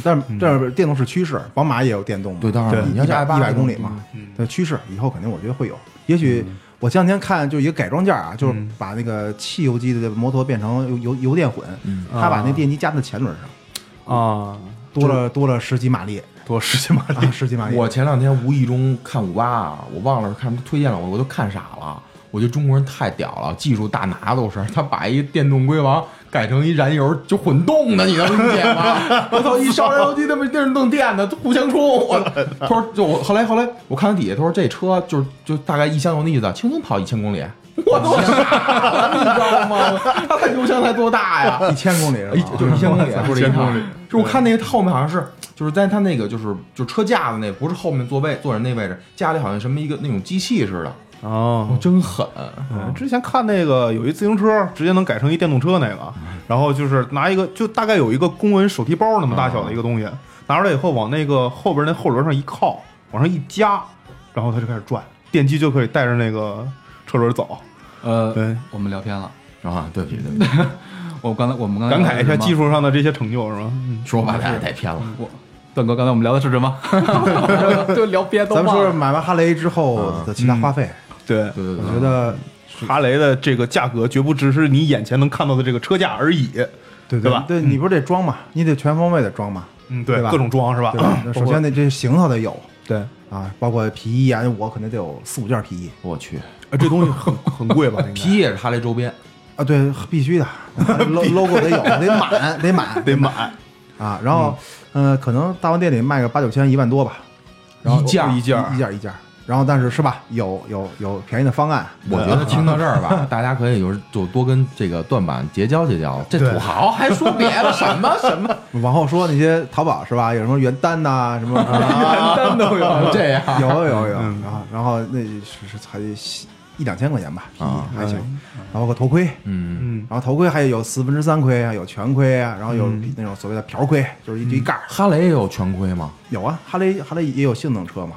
但是这儿电动是趋势，宝马也有电动嘛，对，当然了你要一是百 i 八一百公里嘛，对，趋势以后肯定我觉得会有。也许我前两天看就一个改装件啊，就是把那个汽油机的摩托变成油油油电混，他把那电机加到前轮上，啊，多了多了十几马力，多十几马力啊，十几马力。我前两天无意中看五八啊，我忘了是看他推荐了我，我都看傻了。我觉得中国人太屌了，技术大拿都是他把一电动龟王改成一燃油就混动的，你能理解吗？我操，一烧燃油机他妈电动电的互相冲，我他说就我后来后来我看底下他说这车就是就大概一箱油的意思，啊轻松跑一千公里，我都傻了，你知道吗？他那油箱才多大呀？一千公里是一吧？就是一千公里，啊不是一1000公里趟。就我看那个后面好像是，就是在他那个就是就车架子那，不是后面座位坐人那位置，架里好像什么一个那种机器似的，哦。真狠。嗯之前看那个有一自行车直接能改成一电动车那个，然后就是拿一个就大概有一个公文手提包那么大小的一个东西，拿出来以后往那个后边那后轮上一靠，往上一夹，然后它就开始转，电机就可以带着那个车轮走。呃对，我们聊偏了，啊，对不起， [LAUGHS] 对不起，我刚才我嗯们刚才感慨一下技术。术上的这些成就是吧？嗯说话嗯太太偏了。段哥，刚才我们聊的是什么？就聊别的。咱们说说买完哈雷之后的其他花费，对，对对对我，觉得哈雷的这个价格绝不只是你眼前能看到的这个车价而已。对对吧对，你不是得装嘛，你得全方位的装嘛，嗯，对吧各种装是吧对 [LAUGHS] 吧？那？首先包括那这行头得有对，啊，啊，包括皮衣啊，我可能得有四五件皮衣我去，呃这东西很很贵 [LAUGHS] 吧？应该皮也是哈雷周边，啊，对，必须的，lo-，logo 得有，得满，得满得买，啊。然后，呃，可能大王店里卖个八九千、一万多吧，然后一件儿一件儿一件儿一件儿。然后，但是是吧，有有有便宜的方案，我觉得听到这儿 [LAUGHS] 吧，大家可以就是就多跟这个段板结交结交。这土豪还说别的什 [LAUGHS] 么什么，往后说那些淘宝是吧，有什么原单呐，什么啊 [LAUGHS] 单都哦 [LAUGHS] 有这样。有有有，然后然后那是是才一两千块钱吧，皮啊衣还行，然后个头盔，嗯，嗯，然后头盔还有四分之三盔啊，有全盔啊，然后有那种所谓的瓢盔，就是一堆盖儿。哈雷也有全盔吗？有啊，哈雷哈雷也有性能车嘛，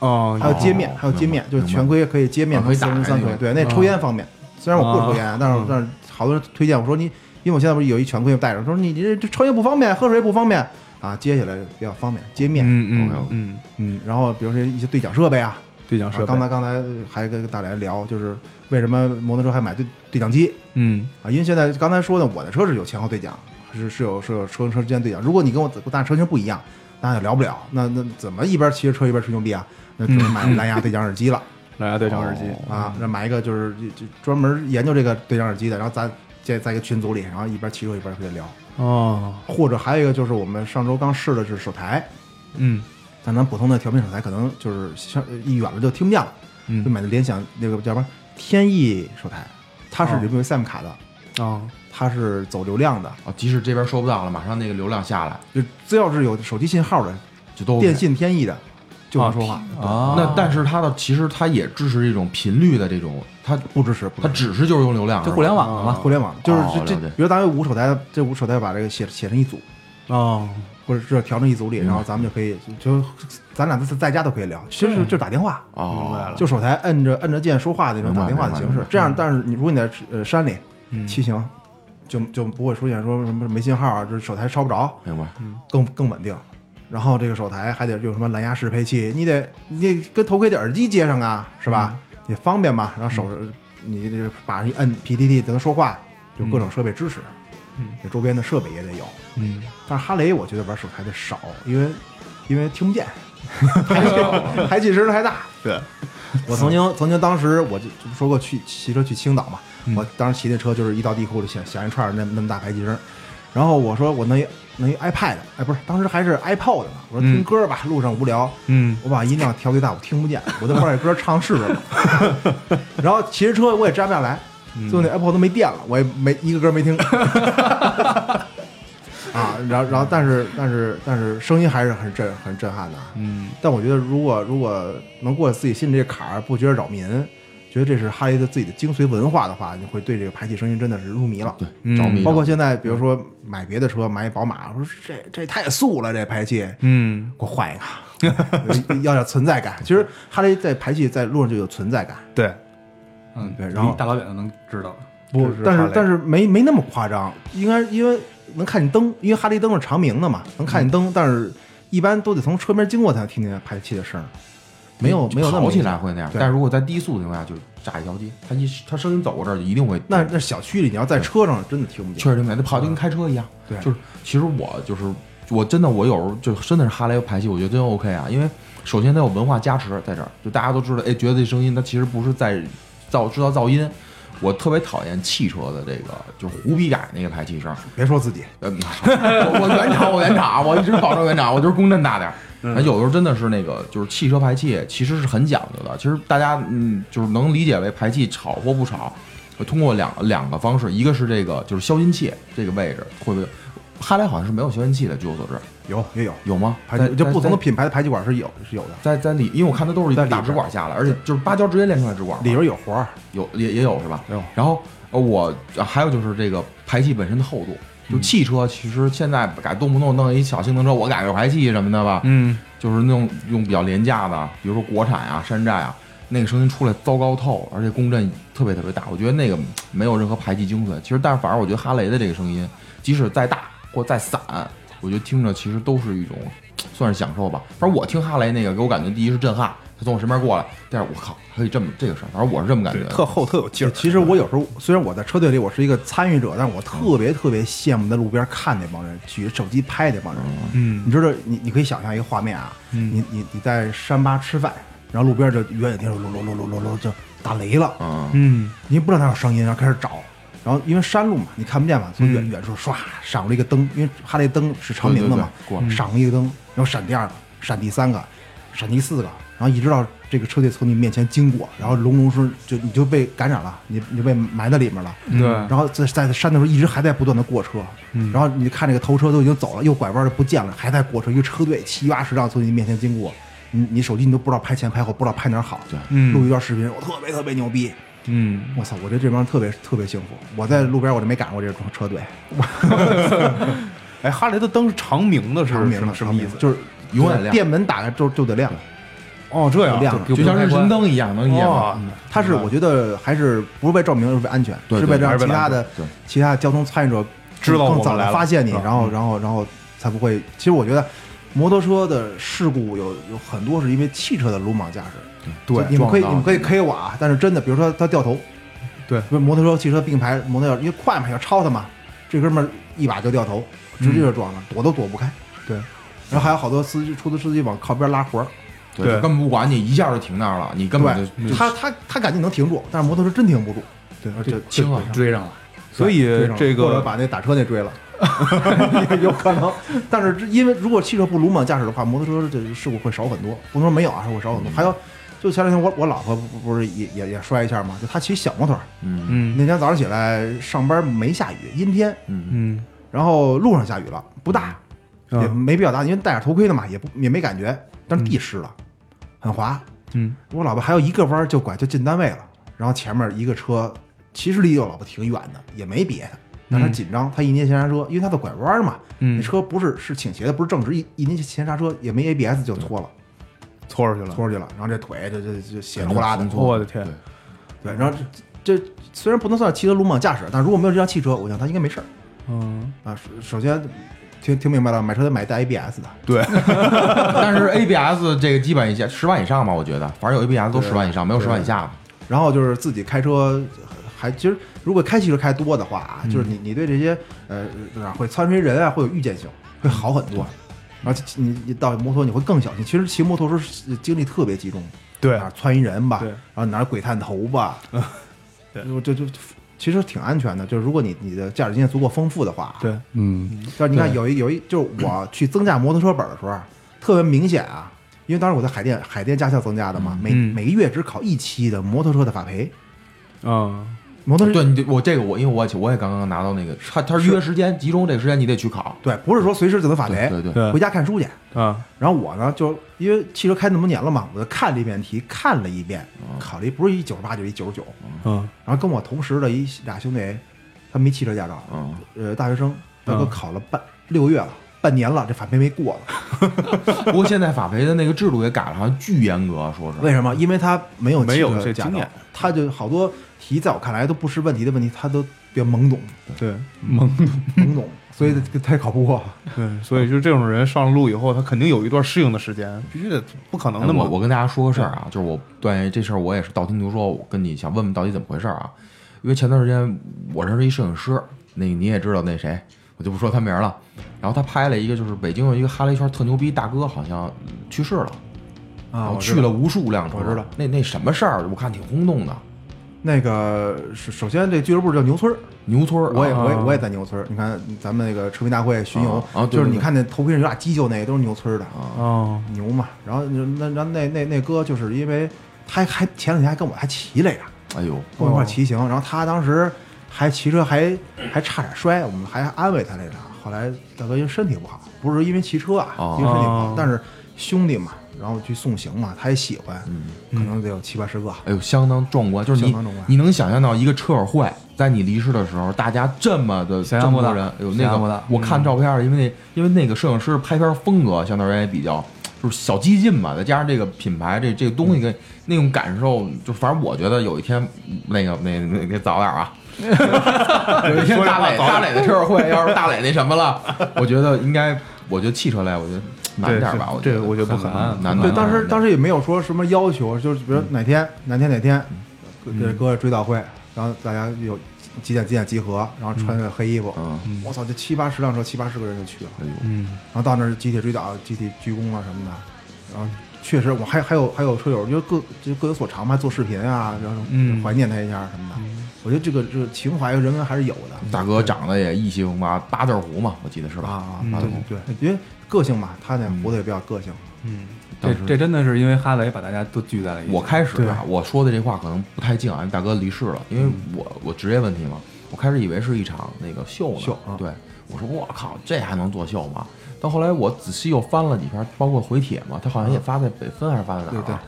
哦，还有街面，还有街面，就是全盔可以街明面白和四分之三可以盔。打对，那抽烟方面，虽然我不抽烟，啊但是但是好多人推荐我说你，因为我现在不是有一全盔带着，说你你这这抽烟不方便，喝水也不方便啊，接起来比较方便，街面。嗯嗯 OK，OK 嗯，嗯，然后比如说一些对讲设备啊，对讲啊设备，刚才刚才还跟大家聊，就是为什么摩托车还买对对讲机，嗯啊，因为现在刚才说的，我的车是有前后对讲，是是有是有车跟车之间对讲。如果你跟我跟大车型不一样，那就聊不了。那那怎么一边骑着车一边吹牛逼啊？那只能买蓝牙对讲耳机了、蓝嗯牙对讲耳机，啊！那买一个就是就就专门研究这个对讲耳机的，然后咱在在一个群组里，然后一边骑车一边可以聊。哦，或者还有一个就是我们上周刚试的是手台，嗯但咱普通的调频手台可能就是像一远了就听不见了，就嗯，买的联想那个叫什么天翼手台，它是哦里面有 SIM 卡的，哦，它是走流量的。啊，即使这边收不到了，马上那个流量下来就只要是有手机信号的、就都 OK 电信天翼的，就能啊说话。啊，那但是它的其实它也支持这种频率的这种，它不支持，不它支持只是就是用流量，就互联网了啊，嘛。互联网就是哦这了这，解比如咱有五手台，这五手台把这个写写成一组，哦，或者是调成一组里，白然后咱们就可以就就咱俩在在家都可以聊，其实就是打电话，是吧哦，就手台摁着摁着键说话的那种明白嗯打电话嗯的明白形式明白。这样，但是你如果你在呃山里骑行，就就不会出现说什么没信号啊，就是手台烧不着，明白。更更稳定。然后这个手台还得用什么蓝牙适配器，你得你得跟头盔的耳机接上啊，是吧？也方便嘛。然后手、你这把一摁 PDD 能说话，有各种设备支持，嗯，这周边的设备也得有。嗯，但是哈雷我觉得玩手台的少，因为因为听不见，排气排气声太大。对， [LAUGHS] 我曾经曾经当时我就就说过去骑车去青岛嘛，我当时骑那车就是一到地库里响响一串儿那那么大排气声，然后我说我弄一弄一 iPad，哎不是，当时还是 iPod 呢，我说听歌吧，路上无聊，嗯，我把音量调最大，我听不见，我就把这歌唱试试吧。 [LAUGHS] 然后骑着车我也摘不下来，最后那 iPod 都没电了，我也没一个歌没听。 [LAUGHS] 啊，然后然后但是但是但是声音还是很震很震撼的，啊嗯，但我觉得，如果如果能过自己心里这坎儿，不觉得扰民，觉得这是哈雷的自己的精髓文化的话，你会对这个排气声音真的是入迷了。对，嗯着迷包括现在，比如说买别的车，买一宝马，我说这这太素了，这排气，给嗯，我换一个， [LAUGHS] 要点存在感。其实哈雷在排气在路上就有存在感，对，嗯，对然后一大老远就能知道了。不这是，但哈是雷但是没没那么夸张，应该因为能看见灯，因为哈雷灯是长明的嘛，能看见灯，但是一般都得从车边经过才能听见排气的声儿，没有没有那么跑嗯起明来显会那样，对但如果在低速的情况下，就炸一条街，它一它声音走过这儿就一定会那那小区里你要在车上真的听不确见。实挺美，那跑得跟开车一样。对就是其实我就是我真的我有时候就真的是哈雷排气，我觉得真 OK 啊，因为首先它有文化加持在这儿，就大家都知道，哎，觉得这声音它其实不是在造制造噪音。我特别讨厌汽车的这个就是胡逼改那个排气声，别说自己，呃，我我原厂，我原厂，我一直保证原厂，我就是公正大点儿。嗯那有的时候真的是那个，就是汽车排气其实是很讲究的。其实大家嗯，就是能理解为排气吵或不吵，我通过两两个方式，一个是这个就是消音器这个位置会不会，哈雷好像是没有消音器的，据我所知，有也有有吗？排气，在就不同的在品牌的排气管是有是有的，在在里，因为我看它都是在里大边直管下来，而且就是芭蕉直接连出来直管嘛，里边有活儿，有也也有是吧？有。然后呃我呃还有就是这个排气本身的厚度，就汽车其实现在改动不动弄一小性能车，我改个排气什么的吧，嗯，就是那种用比较廉价的，比如说国产啊、山寨啊，那个声音出来糟糕透了，而且共振特别特别大。我觉得那个嗯没有任何排气精髓。其实，但是反而我觉得哈雷的这个声音，即使再大或再散，我觉得听着其实都是一种算是享受吧。反正我听哈雷那个，给我感觉第一是震撼，他从我身边过来，但是我靠，可以这么这个事儿，反正我是这么感觉的。特厚特有劲儿。其实我有时候虽然我在车队里我是一个参与者，但我特别特别羡慕在路边看那帮人，举着手机拍那帮人。嗯你知道，你你可以想象一个画面啊，你你你在山吧吃饭，然后路边就远远听着噜噜噜噜噜噜就打雷了，嗯，嗯，你也不知道哪有声音，然后开始找，然后因为山路嘛，你看不见嘛，从远远处唰闪过一个灯，因为哈雷灯是长明的嘛对对对过，闪过一个灯，然后闪第二个，闪第三个，闪第四个，然后一直到这个车队从你面前经过，然后隆隆声就你就被感染了，你你就被埋在里面了。对嗯然后在在山的时候一直还在不断的过车，然后你看这个头车都已经走了，右拐弯就不见了，还在过车，一个车队七八十辆从你面前经过，你你手机你都不知道拍前拍后，不知道拍哪儿好，嗯录一段视频，我特别特别牛逼，嗯，我操，我觉得这帮人特别特别幸福。我在路边我就没赶上过这种车队，哎，哈雷的灯是长明的，是长明什么的什么意思？就是永远亮电门打开就就得亮，哦，这就样亮了。就像日神灯一样，能一哇样。，啊它是我觉得还是不是为照明，而是为安全，对是对为了还让是其为了他安的对其他交通参与者知道我更们早来的了发现你，是吧然后嗯然后然后才不会。其实我觉得摩托车的事故有有很多是因为汽车的鲁莽驾驶。对就你们可以撞到你们可以 K 我啊，但是真的，比如说他掉头，对不是摩托车、汽车并排，摩托要因为快嘛，要超他嘛，这哥们儿一把就掉头，直接就撞了，躲都躲不开。嗯对，然后还有好多司机、出租车司机往靠边拉活儿，对，就对根本不管你，一下就停那儿了，你根本就对，就他他他感觉能停住，但是摩托车真停不住，对而且轻啊了。追上了，所以追上了这或者个把那打车那追了， [LAUGHS] 有可能。但是这因为如果汽车不鲁莽驾驶的话，摩托车这事故会少很多。不能说没有啊，会少很多。还有，就前两天我我老婆不不是也也也摔一下嘛，就她骑小摩托儿，嗯嗯那天早上起来上班没下雨，阴天，嗯，嗯然后路上下雨了，不大，嗯也没必要大，因为戴着头盔呢嘛，也不也没感觉，但是地湿了，很滑。嗯，我老婆还有一个弯儿就拐就进单位了，然后前面一个车，其实离我老婆挺远的，也没别的，但她紧张，她一捏前刹车，因为她在拐弯儿嘛，嗯那车不是是倾斜的，不是正直，一一捏前刹车也没 ABS 就脱了，搓出去了，脱出去了，然后这腿就就就血呼啦的，我的天，对，然后这这虽然不能算汽车鲁莽驾驶，但如果没有这辆汽车，我想她应该没事儿。嗯，啊，首首先听听明白了，买车得买带 ABS 的，对， [LAUGHS] 但是 ABS 这个基本以下十万以上吧，我觉得，反正有 ABS 都十万以上，没有十万以下的。然后就是自己开车，还其实如果开汽车开多嗯嗯的话啊，就是你你对这些呃哪会撺掇人啊，会有预见性，会好很多。然后你你到摩托你会更小心。其实骑摩托时候精力特别集中，对哪儿窜一人吧，对嗯然后哪儿鬼探头吧，对 [LAUGHS] 就就就其实挺安全的。就是如果你你的驾驶经验足够丰富的话，啊对，嗯，但是你看有一有一就是我去增驾摩托车本的时候，啊特别明显啊，因为当时我在海淀海淀驾校增驾的嘛，每嗯每个月只考一期的摩托车的法培，嗯，摩托车对，你得我这个我因为我也我也刚刚拿到那个，他他是约时间集中这个时间你得去考，对，不是说随时就能法培，对对对回家看书去。啊，然后我呢，就因为汽车开那么多年了嘛，我就看了一遍题，看了一遍，哦考了一不是一九十八就是一九十九。嗯，然后跟我同时的一俩兄弟，他没汽车驾照，嗯，呃，大学生，大哥嗯考了半六个月了，半年了，这法培没过了。不过现在法培的那个制度也改了，好像巨严格，说是为什么？因为他没有没有汽车这驾经照验，他就好多题在我看来都不是问题的问题，他都比较 [LAUGHS] 懵懂，对，懵，懵懂，所以嗯他他也考不过。对，所以就这种人上路以后，他肯定有一段适应的时间，必须得，不可能哎那么我我跟大家说个事儿嗯啊，就是我对这事儿我也是道听途说，我跟你想问问到底怎么回事儿啊？因为前段时间我认识一摄影师，那个你也知道那谁，我就不说他名儿了。然后他拍了一个，就是北京有一个哈雷圈特牛逼大哥，好像去世了，然哦啊，后我去了无数辆车，我知道那那什么事儿，我看挺轰动的。那个首首先这俱乐部叫牛村儿，牛村儿，我也啊我也我也在牛村儿。你看咱们那个车迷大会巡游啊啊对就是对你对看那头皮上有俩犄角那个都是牛村儿的，哦，牛嘛。然后就那那那那那哥就是因为他还还前两天还跟我还骑来着，哎呦，跟我一块儿骑行，然后他当时还骑车还还差点摔，我们还安慰他来着。后来大哥因为身体不好，不是因为骑车啊，哦因为身体不好哦，但是兄弟嘛，然后去送行嘛，他也喜欢，嗯可能得有七八十个。哎呦，相当壮观，就是你相当壮观你能想象到一个车友会在你离世的时候，大家这么的想这象么不多到人，哎呦想那象不个到我看照片儿，因为那因为那个摄影师拍片风格相对而言也比较就是小激进嘛，再加上这个品牌这这个东西跟那种感受，就反正我觉得有一天那个那那那早点儿啊。有一天大磊大磊的车友会，要是大磊那什么了，我觉得应该，我觉得汽车类，我觉得难点儿吧，对我觉得这个我觉得不很可能难。对，难当时难当时也没有说什么要求，就是比如嗯哪天哪天哪天，这哥追悼会，然后大家有几点几点集合，然后穿着黑衣服，嗯，我操，这七八十辆车，七八十个人就去了。哎呦，嗯，然后到那儿集体追悼、集体鞠躬啊什么的。然后确实，我还还有还有车友，就是各就各有所长嘛，做视频啊，然后嗯嗯怀念他一下什么的。我觉得这个这个情怀人文还是有的大哥长得也意气风发，八字胡嘛，我记得是吧？啊，嗯对对对，因为个性嘛，他那活得也比较个性。嗯，这当时这真的是因为哈雷把大家都聚在了一起。我开始啊，对我说的这话可能不太敬啊，大哥离世了，因为我我职业问题嘛，我开始以为是一场那个秀呢。秀啊对，我说我靠，这还能做秀吗？到后来我仔细又翻了几篇，包括回帖嘛，他好像也发在北分还是发在哪儿、啊？嗯对对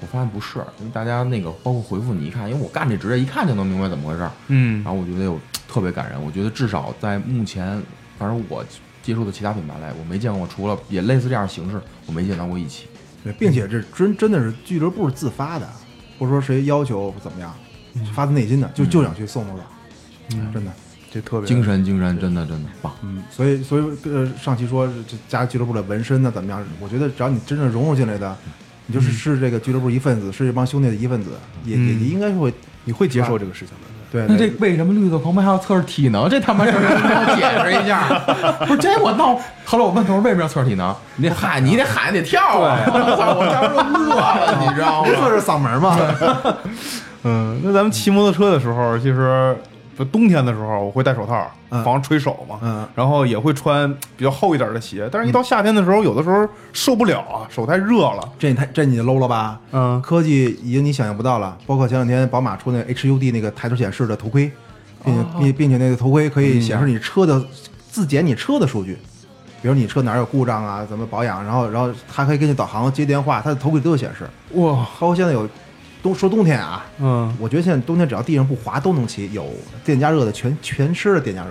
我发现不是，因为大家那个包括回复你一看，因为我干这职业一看就能明白怎么回事儿。嗯然，后我觉得有特别感人，我觉得至少在目前，反正我接触的其他品牌来，我没见过，除了也类似这样的形式，我没见到过一起。对，并且这真真的是俱乐部自发的，不是说谁要求怎么样，嗯是发自内心的，就就想去送送他，真的。这特别精神精神，真的真的棒。嗯所以，所以呃，上期说这加入俱乐部的纹身呢怎么样？我觉得只要你真正融入进来嗯的，你就是是这个俱乐部一份子，是这帮兄弟的一份子，也也嗯也应该会啊你会接受这个事情的，对。那对这为什么绿色狂派还要测试体能？这他妈事儿你给 [LAUGHS] 我解释一下。不是这我闹，后来我问他我说为什么要测试体能？你得喊，你得喊，得跳啊！我操，我当时就乐 [LAUGHS] 啊了，你知道不吗？测试嗓门 [LAUGHS] 嘛，嗯，那咱们骑摩托车的时候，其实不冬天的时候我会戴手套，嗯防吹手嘛，嗯，然后也会穿比较厚一点的鞋，但是一到夏天的时候，有的时候受不了啊，手太热了，这你太这你就 low 了吧？嗯科技已经你想象不到了，包括前两天宝马出那 HUD 那个抬头显示的头盔，并哦且并并且那个头盔可嗯以显示你车的自检你车的数据，比如你车哪儿有故障啊，怎么保养，然后然后它可以给你导航、接电话，它的头盔都有显示。哇，包括现在有冬说冬天啊，嗯，我觉得现在冬天只要地上不滑都能骑，有电加热的全全湿的电加热，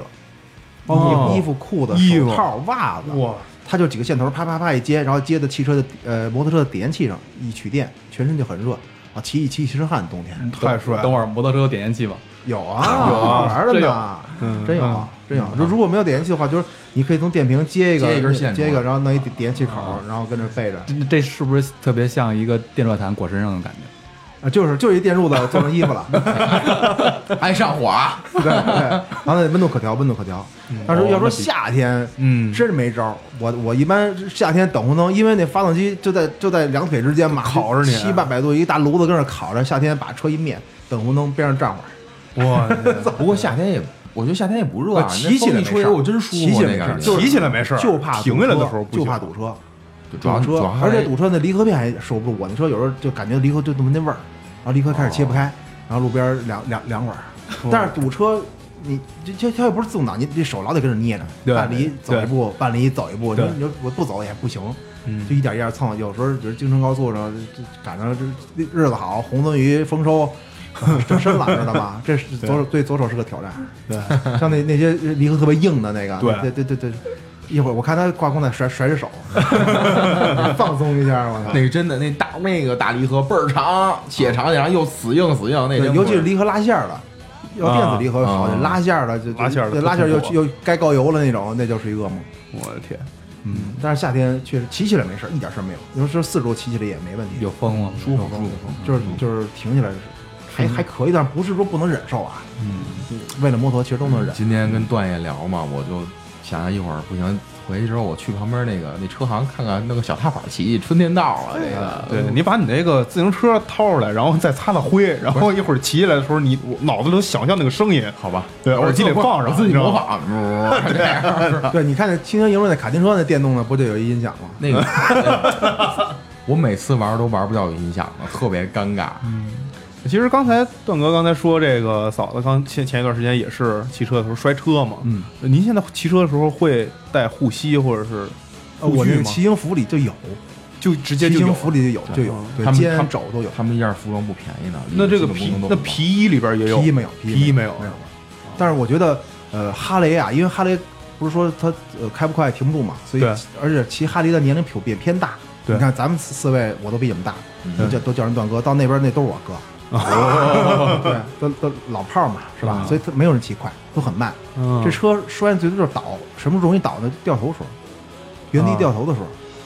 包括衣服、裤子、哦衣服手套、袜子，哇，它就几个线头，啪啪啪一接，然后接到汽车的呃摩托车的点烟器上一取电，全身就很热啊，骑一骑一身汗，冬嗯天太帅了等会儿摩托车有点烟器吧？有嗯啊有玩儿的真有哦呢，嗯真有啊真有。就如果没有点烟器的话，就是你可以从电瓶接一个接一根线接一出个，来嗯然后弄一点烟气口，然后跟着备着。这这是不是特别像一个电热毯裹身上的感觉？啊，就是就一电褥子做成衣服了，爱上火啊！ [LAUGHS] 对对，然后那温度可调，温度可调。但是要说夏天，哦嗯真是没招儿。我我一般夏天等红灯，因为那发动机就在就在两腿之间嘛，烤着你七八百度一大炉子跟那儿烤着，夏天把车一灭，等红灯边上站会儿。 [LAUGHS] 哇，不过夏天也，我觉得夏天也不热啊，啊那骑起风来一没吹，事儿我真舒骑服起那来没感事觉儿。骑起来没事儿，就怕堵停下来车的时候不就行怕堵车，主要堵主车要，还而且是堵车那离合片还守不住。我那车有时候就感觉离合就闻那味儿，然后离合开始切不开，然后路边儿凉凉凉会儿。哦但是堵车，你这这它又不是自动挡，你这手老得跟着捏着，对半离走一步，半离走一步，你对你说我不走也不行，嗯就一点一点蹭。有时候就是京承高速上这这赶上这日子好，红鳟鱼丰收。 [LAUGHS] 整身了，知道吧？这是左手对左手是个挑战。对，像那那些离合特别硬的那个，对对对对对，一会儿我看他挂空在甩甩着手， [LAUGHS] 放松一下，我操！那个真的那大那个大离合倍儿长，且长且长又死硬死硬，那对真尤不其是离合拉线儿的，要电子离合好，啊你拉线儿的就拉线儿的对特拉线儿痛又苦又该告油了那种，那就是一噩梦。我的天，嗯，但是夏天确实骑起来没事儿，一点事儿没有。你说说四十度骑起来也没问题，有风吗？舒服舒服，嗯就是就是停下来是还还可以，但不是说不能忍受啊。嗯，为了摩托其实都能忍。今天跟段爷聊嘛，我就想一会儿不行，回去之后我去旁边那个那车行看看，弄个小踏板骑春天到啊，这个对你把你那个自行车掏出来，然后再擦擦灰，然后一会儿骑起来的时候，你我脑子里都想象那个声音，好吧？对耳机里放上我自己你知道模吗仿。这样对，你看那青年营那卡丁车那电动的，不就有一音响吗？ [LAUGHS] 那个， [LAUGHS] 我每次玩都玩不到有音响了，特别尴尬。嗯其实刚才段哥刚才说这个嫂子刚前前一段时间也是骑车的时候摔车嘛，呃嗯，您现在骑车的时候会带护膝或者是呃我那具个吗？骑行服里就有，就直接骑就有行服里就有就有，他对，们肩他们肘都有。他们一件服装不便宜呢，那这个基皮本功都那不好皮衣里边也有皮衣没有，皮衣哎没有没有。但是我觉得，呃，哈雷啊，因为哈雷不是说它呃开不快停不住嘛，所以对而且骑哈雷的年龄普遍偏大。对嗯你看咱们四四位我都比你们大，都叫都叫人段哥，到那边那都是我哥，哦 [LAUGHS] 对，都都老炮儿嘛，是吧？所以他没有人骑快，都很慢。嗯这车摔最多就是倒，什么容易倒呢？掉头时候，原嗯地掉头的时候。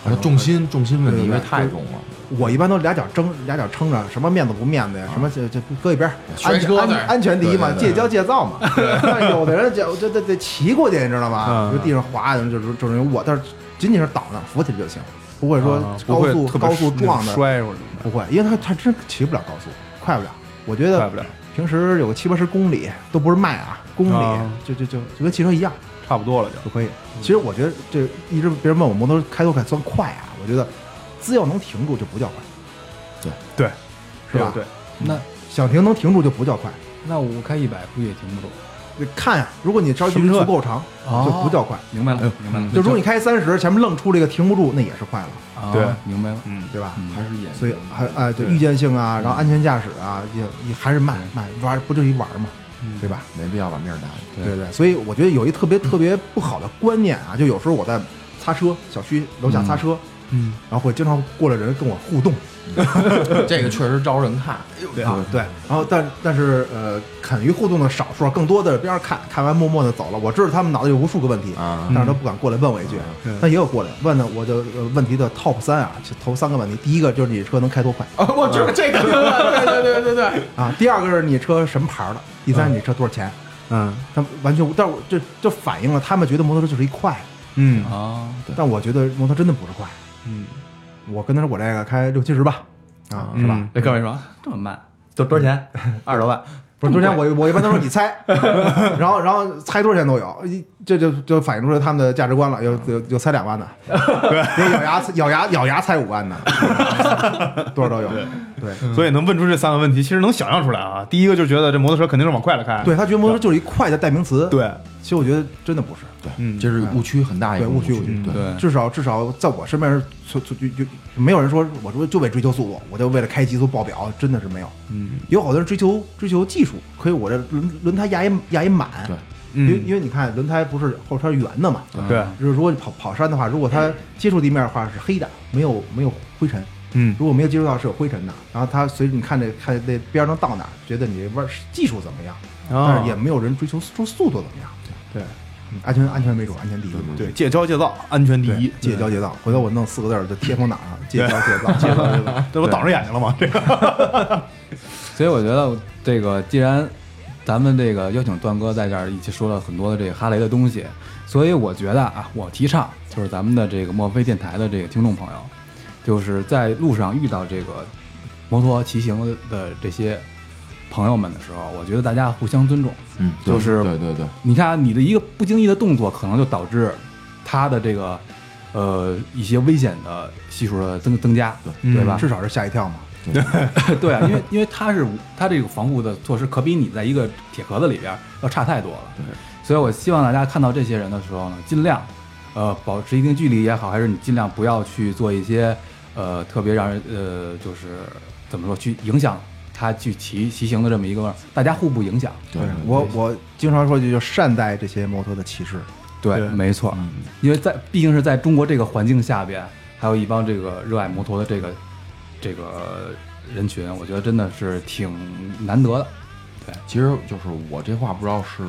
啊重心重心问题，对因为对太重了。我一般都俩脚撑，俩脚撑着，什么面子不面子啊呀，什么这这搁一边儿，摔安车全安那全儿安全第一嘛，对对对戒骄戒躁嘛。 [LAUGHS] 但是有的人就就得得骑过去，你知道吗？嗯就地上滑，就是就是我，但是仅仅是倒那儿扶起来就行，不会说啊不高会速特别高速那个撞的，摔出去，不会，因为他他真骑不了高速，快不了。我觉快得不了，平时有个七八十公里都不是迈啊，公里啊就就就就跟汽车一样。差不多了就。就可以。其实我觉得这一直别人问我摩托开多快算快啊，我觉得只要能停住就不叫快，对对，是吧？对，那想停能停住就不叫快。那我开一百估计也停不住。你看呀、如果你稍距离足够长，哦就不叫快。明白了，明白了。就如果你开三十，前面愣出了一个停不住，那也是快了，啊对，明白了。嗯，对吧？还是演所以还哎，对预见性啊，然后安全驾驶啊，也也还是慢慢玩，不就一玩嘛，对吧？没必要把面儿打。对对，所以我觉得有一特别特别不好的观念啊，就有时候我在擦车，小区楼下擦车，嗯，然后会经常过来人跟我互动， [LAUGHS] 这个确实招人看。哎对啊，对，然后但但是呃，肯于互动的少数，啊更多的边上看看完默默的走了。我知道他们脑子有无数个问题啊但是都不敢过来问我一句。嗯但也有过来问的，我就呃问题的 top 三啊，就头三个问题，第一个就是你车能开多快啊， [LAUGHS] 我知道这个， [LAUGHS] 对对对对对，啊，第二个是你车什么牌儿的，第三是你车多少钱。嗯他们完全无，但是我这这反映了他们觉得摩托车就是一快，嗯啊，对，但我觉得摩托真的不是快。嗯，我跟他说我这个开六七十吧，啊，是吧？嗯那哥哎们说这么慢，多多少 [LAUGHS] 钱？二十多万。不是多 [LAUGHS] 少钱？我我一般都说你猜，然后然后猜多少钱都有，一这就就反映出来他们的价值观了。有有有猜两万的，有咬牙咬牙咬牙猜五万的，多少都有。对所以能问出这三个问题，其实能想象出来啊。第一个就觉得这摩托车肯定是往快了开，对，他嗯觉得摩托车就是一快的代名词。，对，其实我觉得真的不是，嗯，这是误区很大一个对误区误区区。嗯对，对至少至少在我身边是就就就就没有人说我说就为追求速度，我就为了开极速报表，真的是没有。嗯有好多人追求追求技术，可以我这轮轮胎压一压一满，对因为嗯因为你看轮胎不是后圈圆的嘛，对，就是如果你跑跑山的话，如果它接触地面的话是黑的，没有没有灰尘；嗯如果没有接触到是有灰尘的。然后它随着你看这看这边儿能到哪儿，觉得你这弯儿技术怎么样，啊但是也没有人追求说速度怎么样。对嗯安全安全为主，安全第一。对，戒骄戒躁，安全第一，戒骄戒躁，回头啊 [LAUGHS] [LAUGHS] 我弄四个字儿就贴封哪儿上，戒骄戒躁，戒骄戒躁。 [LAUGHS] 这不挡着眼睛了吗？这个所以我觉得这个既然咱们这个邀请段哥在这儿一起说了很多的这个哈雷的东西，所以我觉得啊，我提倡就是咱们的这个墨菲电台的这个听众朋友，就是在路上遇到这个摩托骑行的这些朋友们的时候，我觉得大家互相尊重。嗯，对就是对对对，你看你的一个不经意的动作，可能就导致他的这个呃一些危险的系数的增增加，对嗯吧？至少是吓一跳嘛。 [LAUGHS] 对啊，因为因为它是它这个防护的措施可比你在一个铁壳子里边儿要差太多了。所以我希望大家看到这些人的时候呢，尽量呃保持一定距离也好，还是你尽量不要去做一些呃特别让人呃就是怎么说去影响他去骑骑行的这么一个，大家互不影响。对对啊我我经常说一句，就善待这些摩托的骑士。对，对没错，因为在毕竟是在中国这个环境下边，还有一帮这个热爱摩托的这个这个人群，我觉得真的是挺难得的。其实就是我这话不知道是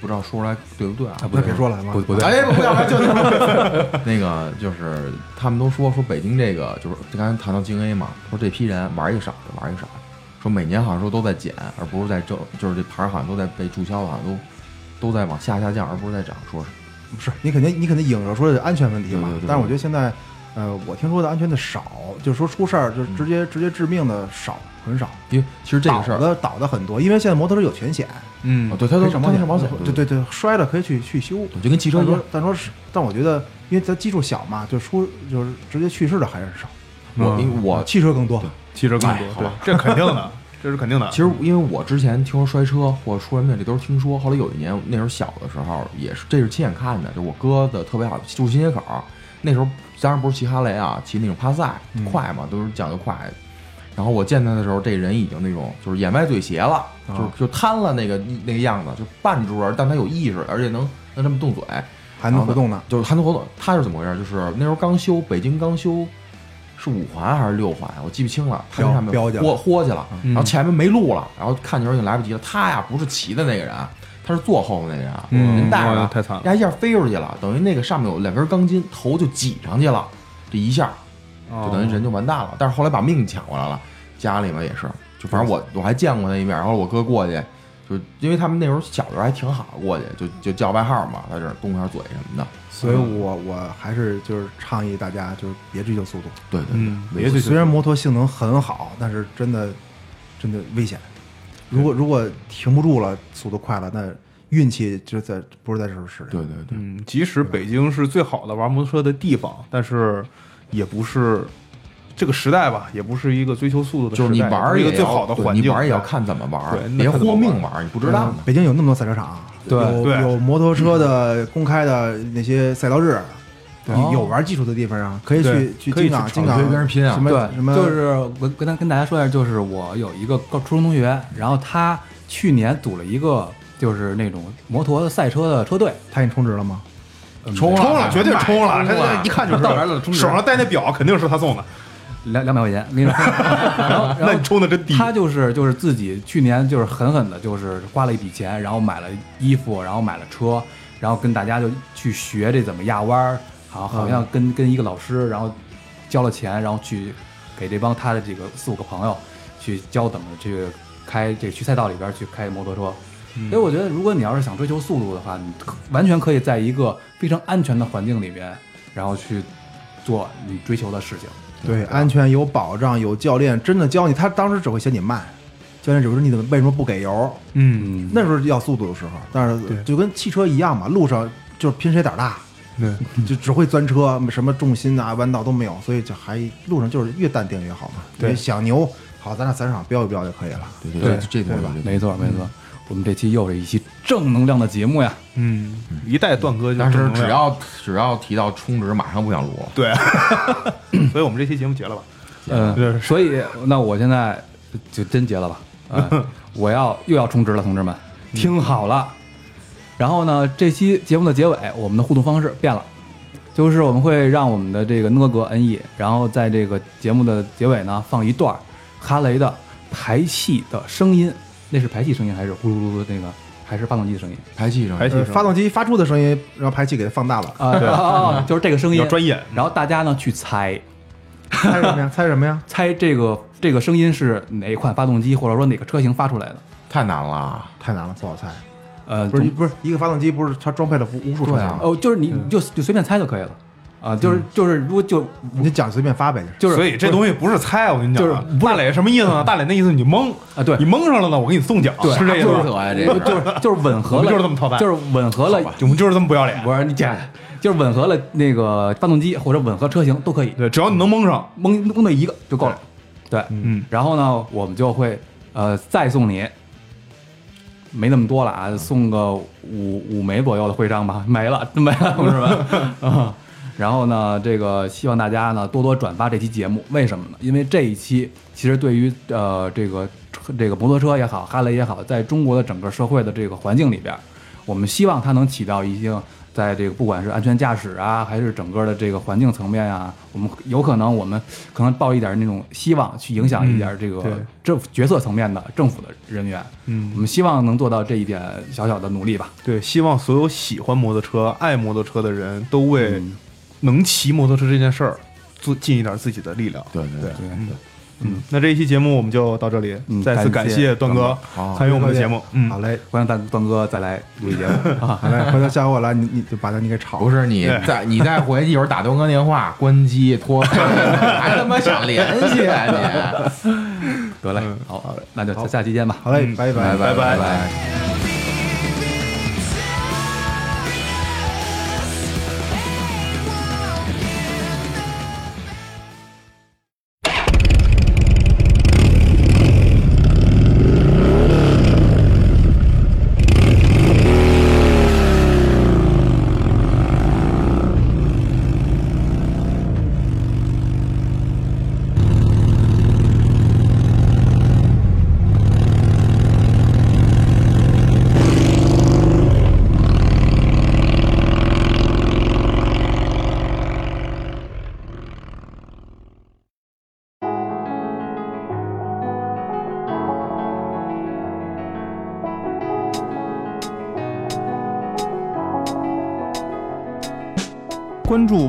不知道说出来对不对啊？啊，不那对别说了不不对，哎，不要，就 [LAUGHS] 那个就是他们都说说北京这个就是刚才谈到京 A 嘛，说这批人玩一个傻子玩一个傻子，说每年好像说都在减，而不是在挣，就是这牌儿好像都在被注销，好像都都在往下下降，而不是在涨，说是不是你肯定你肯定影着说的安全问题嘛对对对对，但是我觉得现在，呃，我听说的安全的少，就是说出事儿就是直接直接致命的少，很少。因为其实嗯这个事儿倒，的倒的很多，因为现在摩托车有全险，嗯哦，对，他可都以上他保都险，上保险，对对，对对，摔了可以去去修。对就跟汽车但一样说。但说是，但我觉得因为咱基数小嘛，就出就是直接去世的还是少，我嗯因为我汽车更多。汽车更哎多，好对吧，这肯定 [LAUGHS] 的，这是肯定的。其实因为我之前听说摔车或者出人命，这都是听说。后来有一年那时候小的时候，也是这是亲眼看的，就是我哥的特别好，住新街口，那时候当然不是骑哈雷啊，骑那种趴赛快嘛，都是讲究快。然后我见他的时候，这人已经那种就是眼歪嘴斜了，就是就瘫了那个那个样子，就半住而但他有意识，而且能能这么动嘴，还能活动呢。啊就是还能活动。他是怎么回事？就是那时候刚修北京刚修。是五环还是六环？我记不清了。他飙跟上面飙去了豁豁去了，嗯然后前面没路了，然后看的时候已经来不及了。他呀不是骑的那个人，他是坐后面那个人，嗯人带着哇呢太惨了人家一下飞出去了，等于那个上面有两根钢筋，头就挤上去了，这一下哦就等于人就完蛋了。但是后来把命抢回来了，家里面也是，就反正我我还见过他一面，然后我哥过去，就因为他们那时候小时候还挺好，过去就就叫外号嘛，在这儿动一下嘴什么的。所以嗯我我还是就是倡议大家就是别追求速度。对对对，嗯，没也错许虽然摩托性能很好，但是真的真的危险。如果如果停不住了，速度快了，那运气就在不是在这儿使的。对对对，嗯，即使北京是最好的玩摩托车的地方，但是也不是这个时代吧，也不是一个追求速度的时就代，是你玩儿也也要不是一个最好的对环境，你玩儿也要看怎么玩儿对，那别看怎么豁命玩玩儿，你不嗯，知道呢。北京有那么多赛车场，啊对有对有摩托车的公开的那些赛道日，对有有玩技术的地方啊，可以对去去可金以去港，尝金港试跟人拼啊什么对，什么就是我跟大跟大家说一下，就是我有一个高初中同学，然后他去年组了一个就是那种摩托赛车的车队，他给你充值了吗？冲了，啊绝对冲了，冲了他一看就 [LAUGHS] 是到哪儿都冲着手上戴那表肯定是他送的，两两百块钱，我跟 [LAUGHS] 你说，然后然那后你冲的真低。他就是就是自己去年就是狠狠的，就是花了一笔钱，然后买了衣服，然后买了车，然后跟大家就去学这怎么压弯儿，好好像跟跟一个老师，然后交了钱，然后去给这帮他的这个四五个朋友去教怎么去开这去赛道里边去开摩托车。所以我觉得，如果你要是想追求速度的话，你可完全可以在一个非常安全的环境里边，然后去做你追求的事情。对，安全有保障，有教练真的教你。他当时只会嫌你慢，教练只会说你怎么为什么不给油？嗯，那时候要速度的时候，但对是就跟汽车一样嘛，路上就是拼谁胆儿大，对，就只会钻车，什么重心啊、弯道都没有，所以就还路上就是越淡定越好嘛。对你想牛，好，咱俩赛车场飙一飙就可以了。对对对对，这这东西没错，没错。我们这期又是一期正能量的节目呀！嗯，一代段哥就但是正能量只要只要提到充值，马上不想录。对， [COUGHS] 所以我们这期节目结了吧？嗯，对所以那我现在就真结了吧？嗯，我要又要充值了，同志们，听好了。然后呢，这期节目的结尾，我们的互动方式变了，就是我们会让我们的这个呢哥 N E，然后在这个节目的结尾呢放一段哈雷的排气的声音，那是排气声音还是呼噜噜噜那个，还是发动机的声音？排气上排气呃发动机发出的声音，让排气给它放大 [LAUGHS] 了。啊、哦就是这个声你音要。专业，然后大家呢去猜，猜什么呀？猜什么呀？猜这个这个声音是哪一款发动机或者说哪个车型发出来的。太难了。太难了，不好猜。呃，不是总不是一个发动机，不是它装配了无无数车对辆吗，哦，就是你嗯你就就随便猜就可以了啊，就是就是如果就你就讲随便发呗，就是就是所以这东西不是猜，我跟你讲啊，就是不是大磊什么意思呢？大磊那意思你就蒙啊对你蒙上了呢，我给你送奖，对是这意思就吧。可爱这就个，是就是吻合我们了，就是这么套饭就是吻合了，我们就是这么不要脸，不是你讲，就是吻合了那个发动机或者吻合车型都可以，对，只要你能蒙上，蒙蒙对一个就够了。对，嗯，然后呢，我们就会呃再送你，没那么多了啊，送个五五枚左右的徽章吧，没了，没了，同志们 [LAUGHS] 啊。然后呢，这个希望大家呢多多转发这期节目，为什么呢？因为这一期其实对于呃这个车这个摩托车也好，哈雷也好，在中国的整个社会的这个环境里边，我们希望它能起到一定在这个不管是安全驾驶啊，还是整个的这个环境层面啊，我们有可能我们可能抱一点那种希望去影响一点这个对政府决策层面的政府的人员，嗯我们希望能做到这一点小小的努力吧。对，希望所有喜欢摩托车、爱摩托车的人都为嗯能骑摩托车这件事儿，做尽一点自己的力量。对对对，对，嗯，那这一期节目我们就到这里，嗯再次感感谢谢段哥好参与我们的节目。嗯，好嘞，欢迎大段哥再来录一节目啊。好嘞，回头下回我来，你你就把它你给炒不了。是你对再你再回去一会儿打东哥电话，关机拖， [LAUGHS] 还他妈想联系啊你。得嘞，好，那就下下期见吧。好嘞，拜拜拜拜拜。关注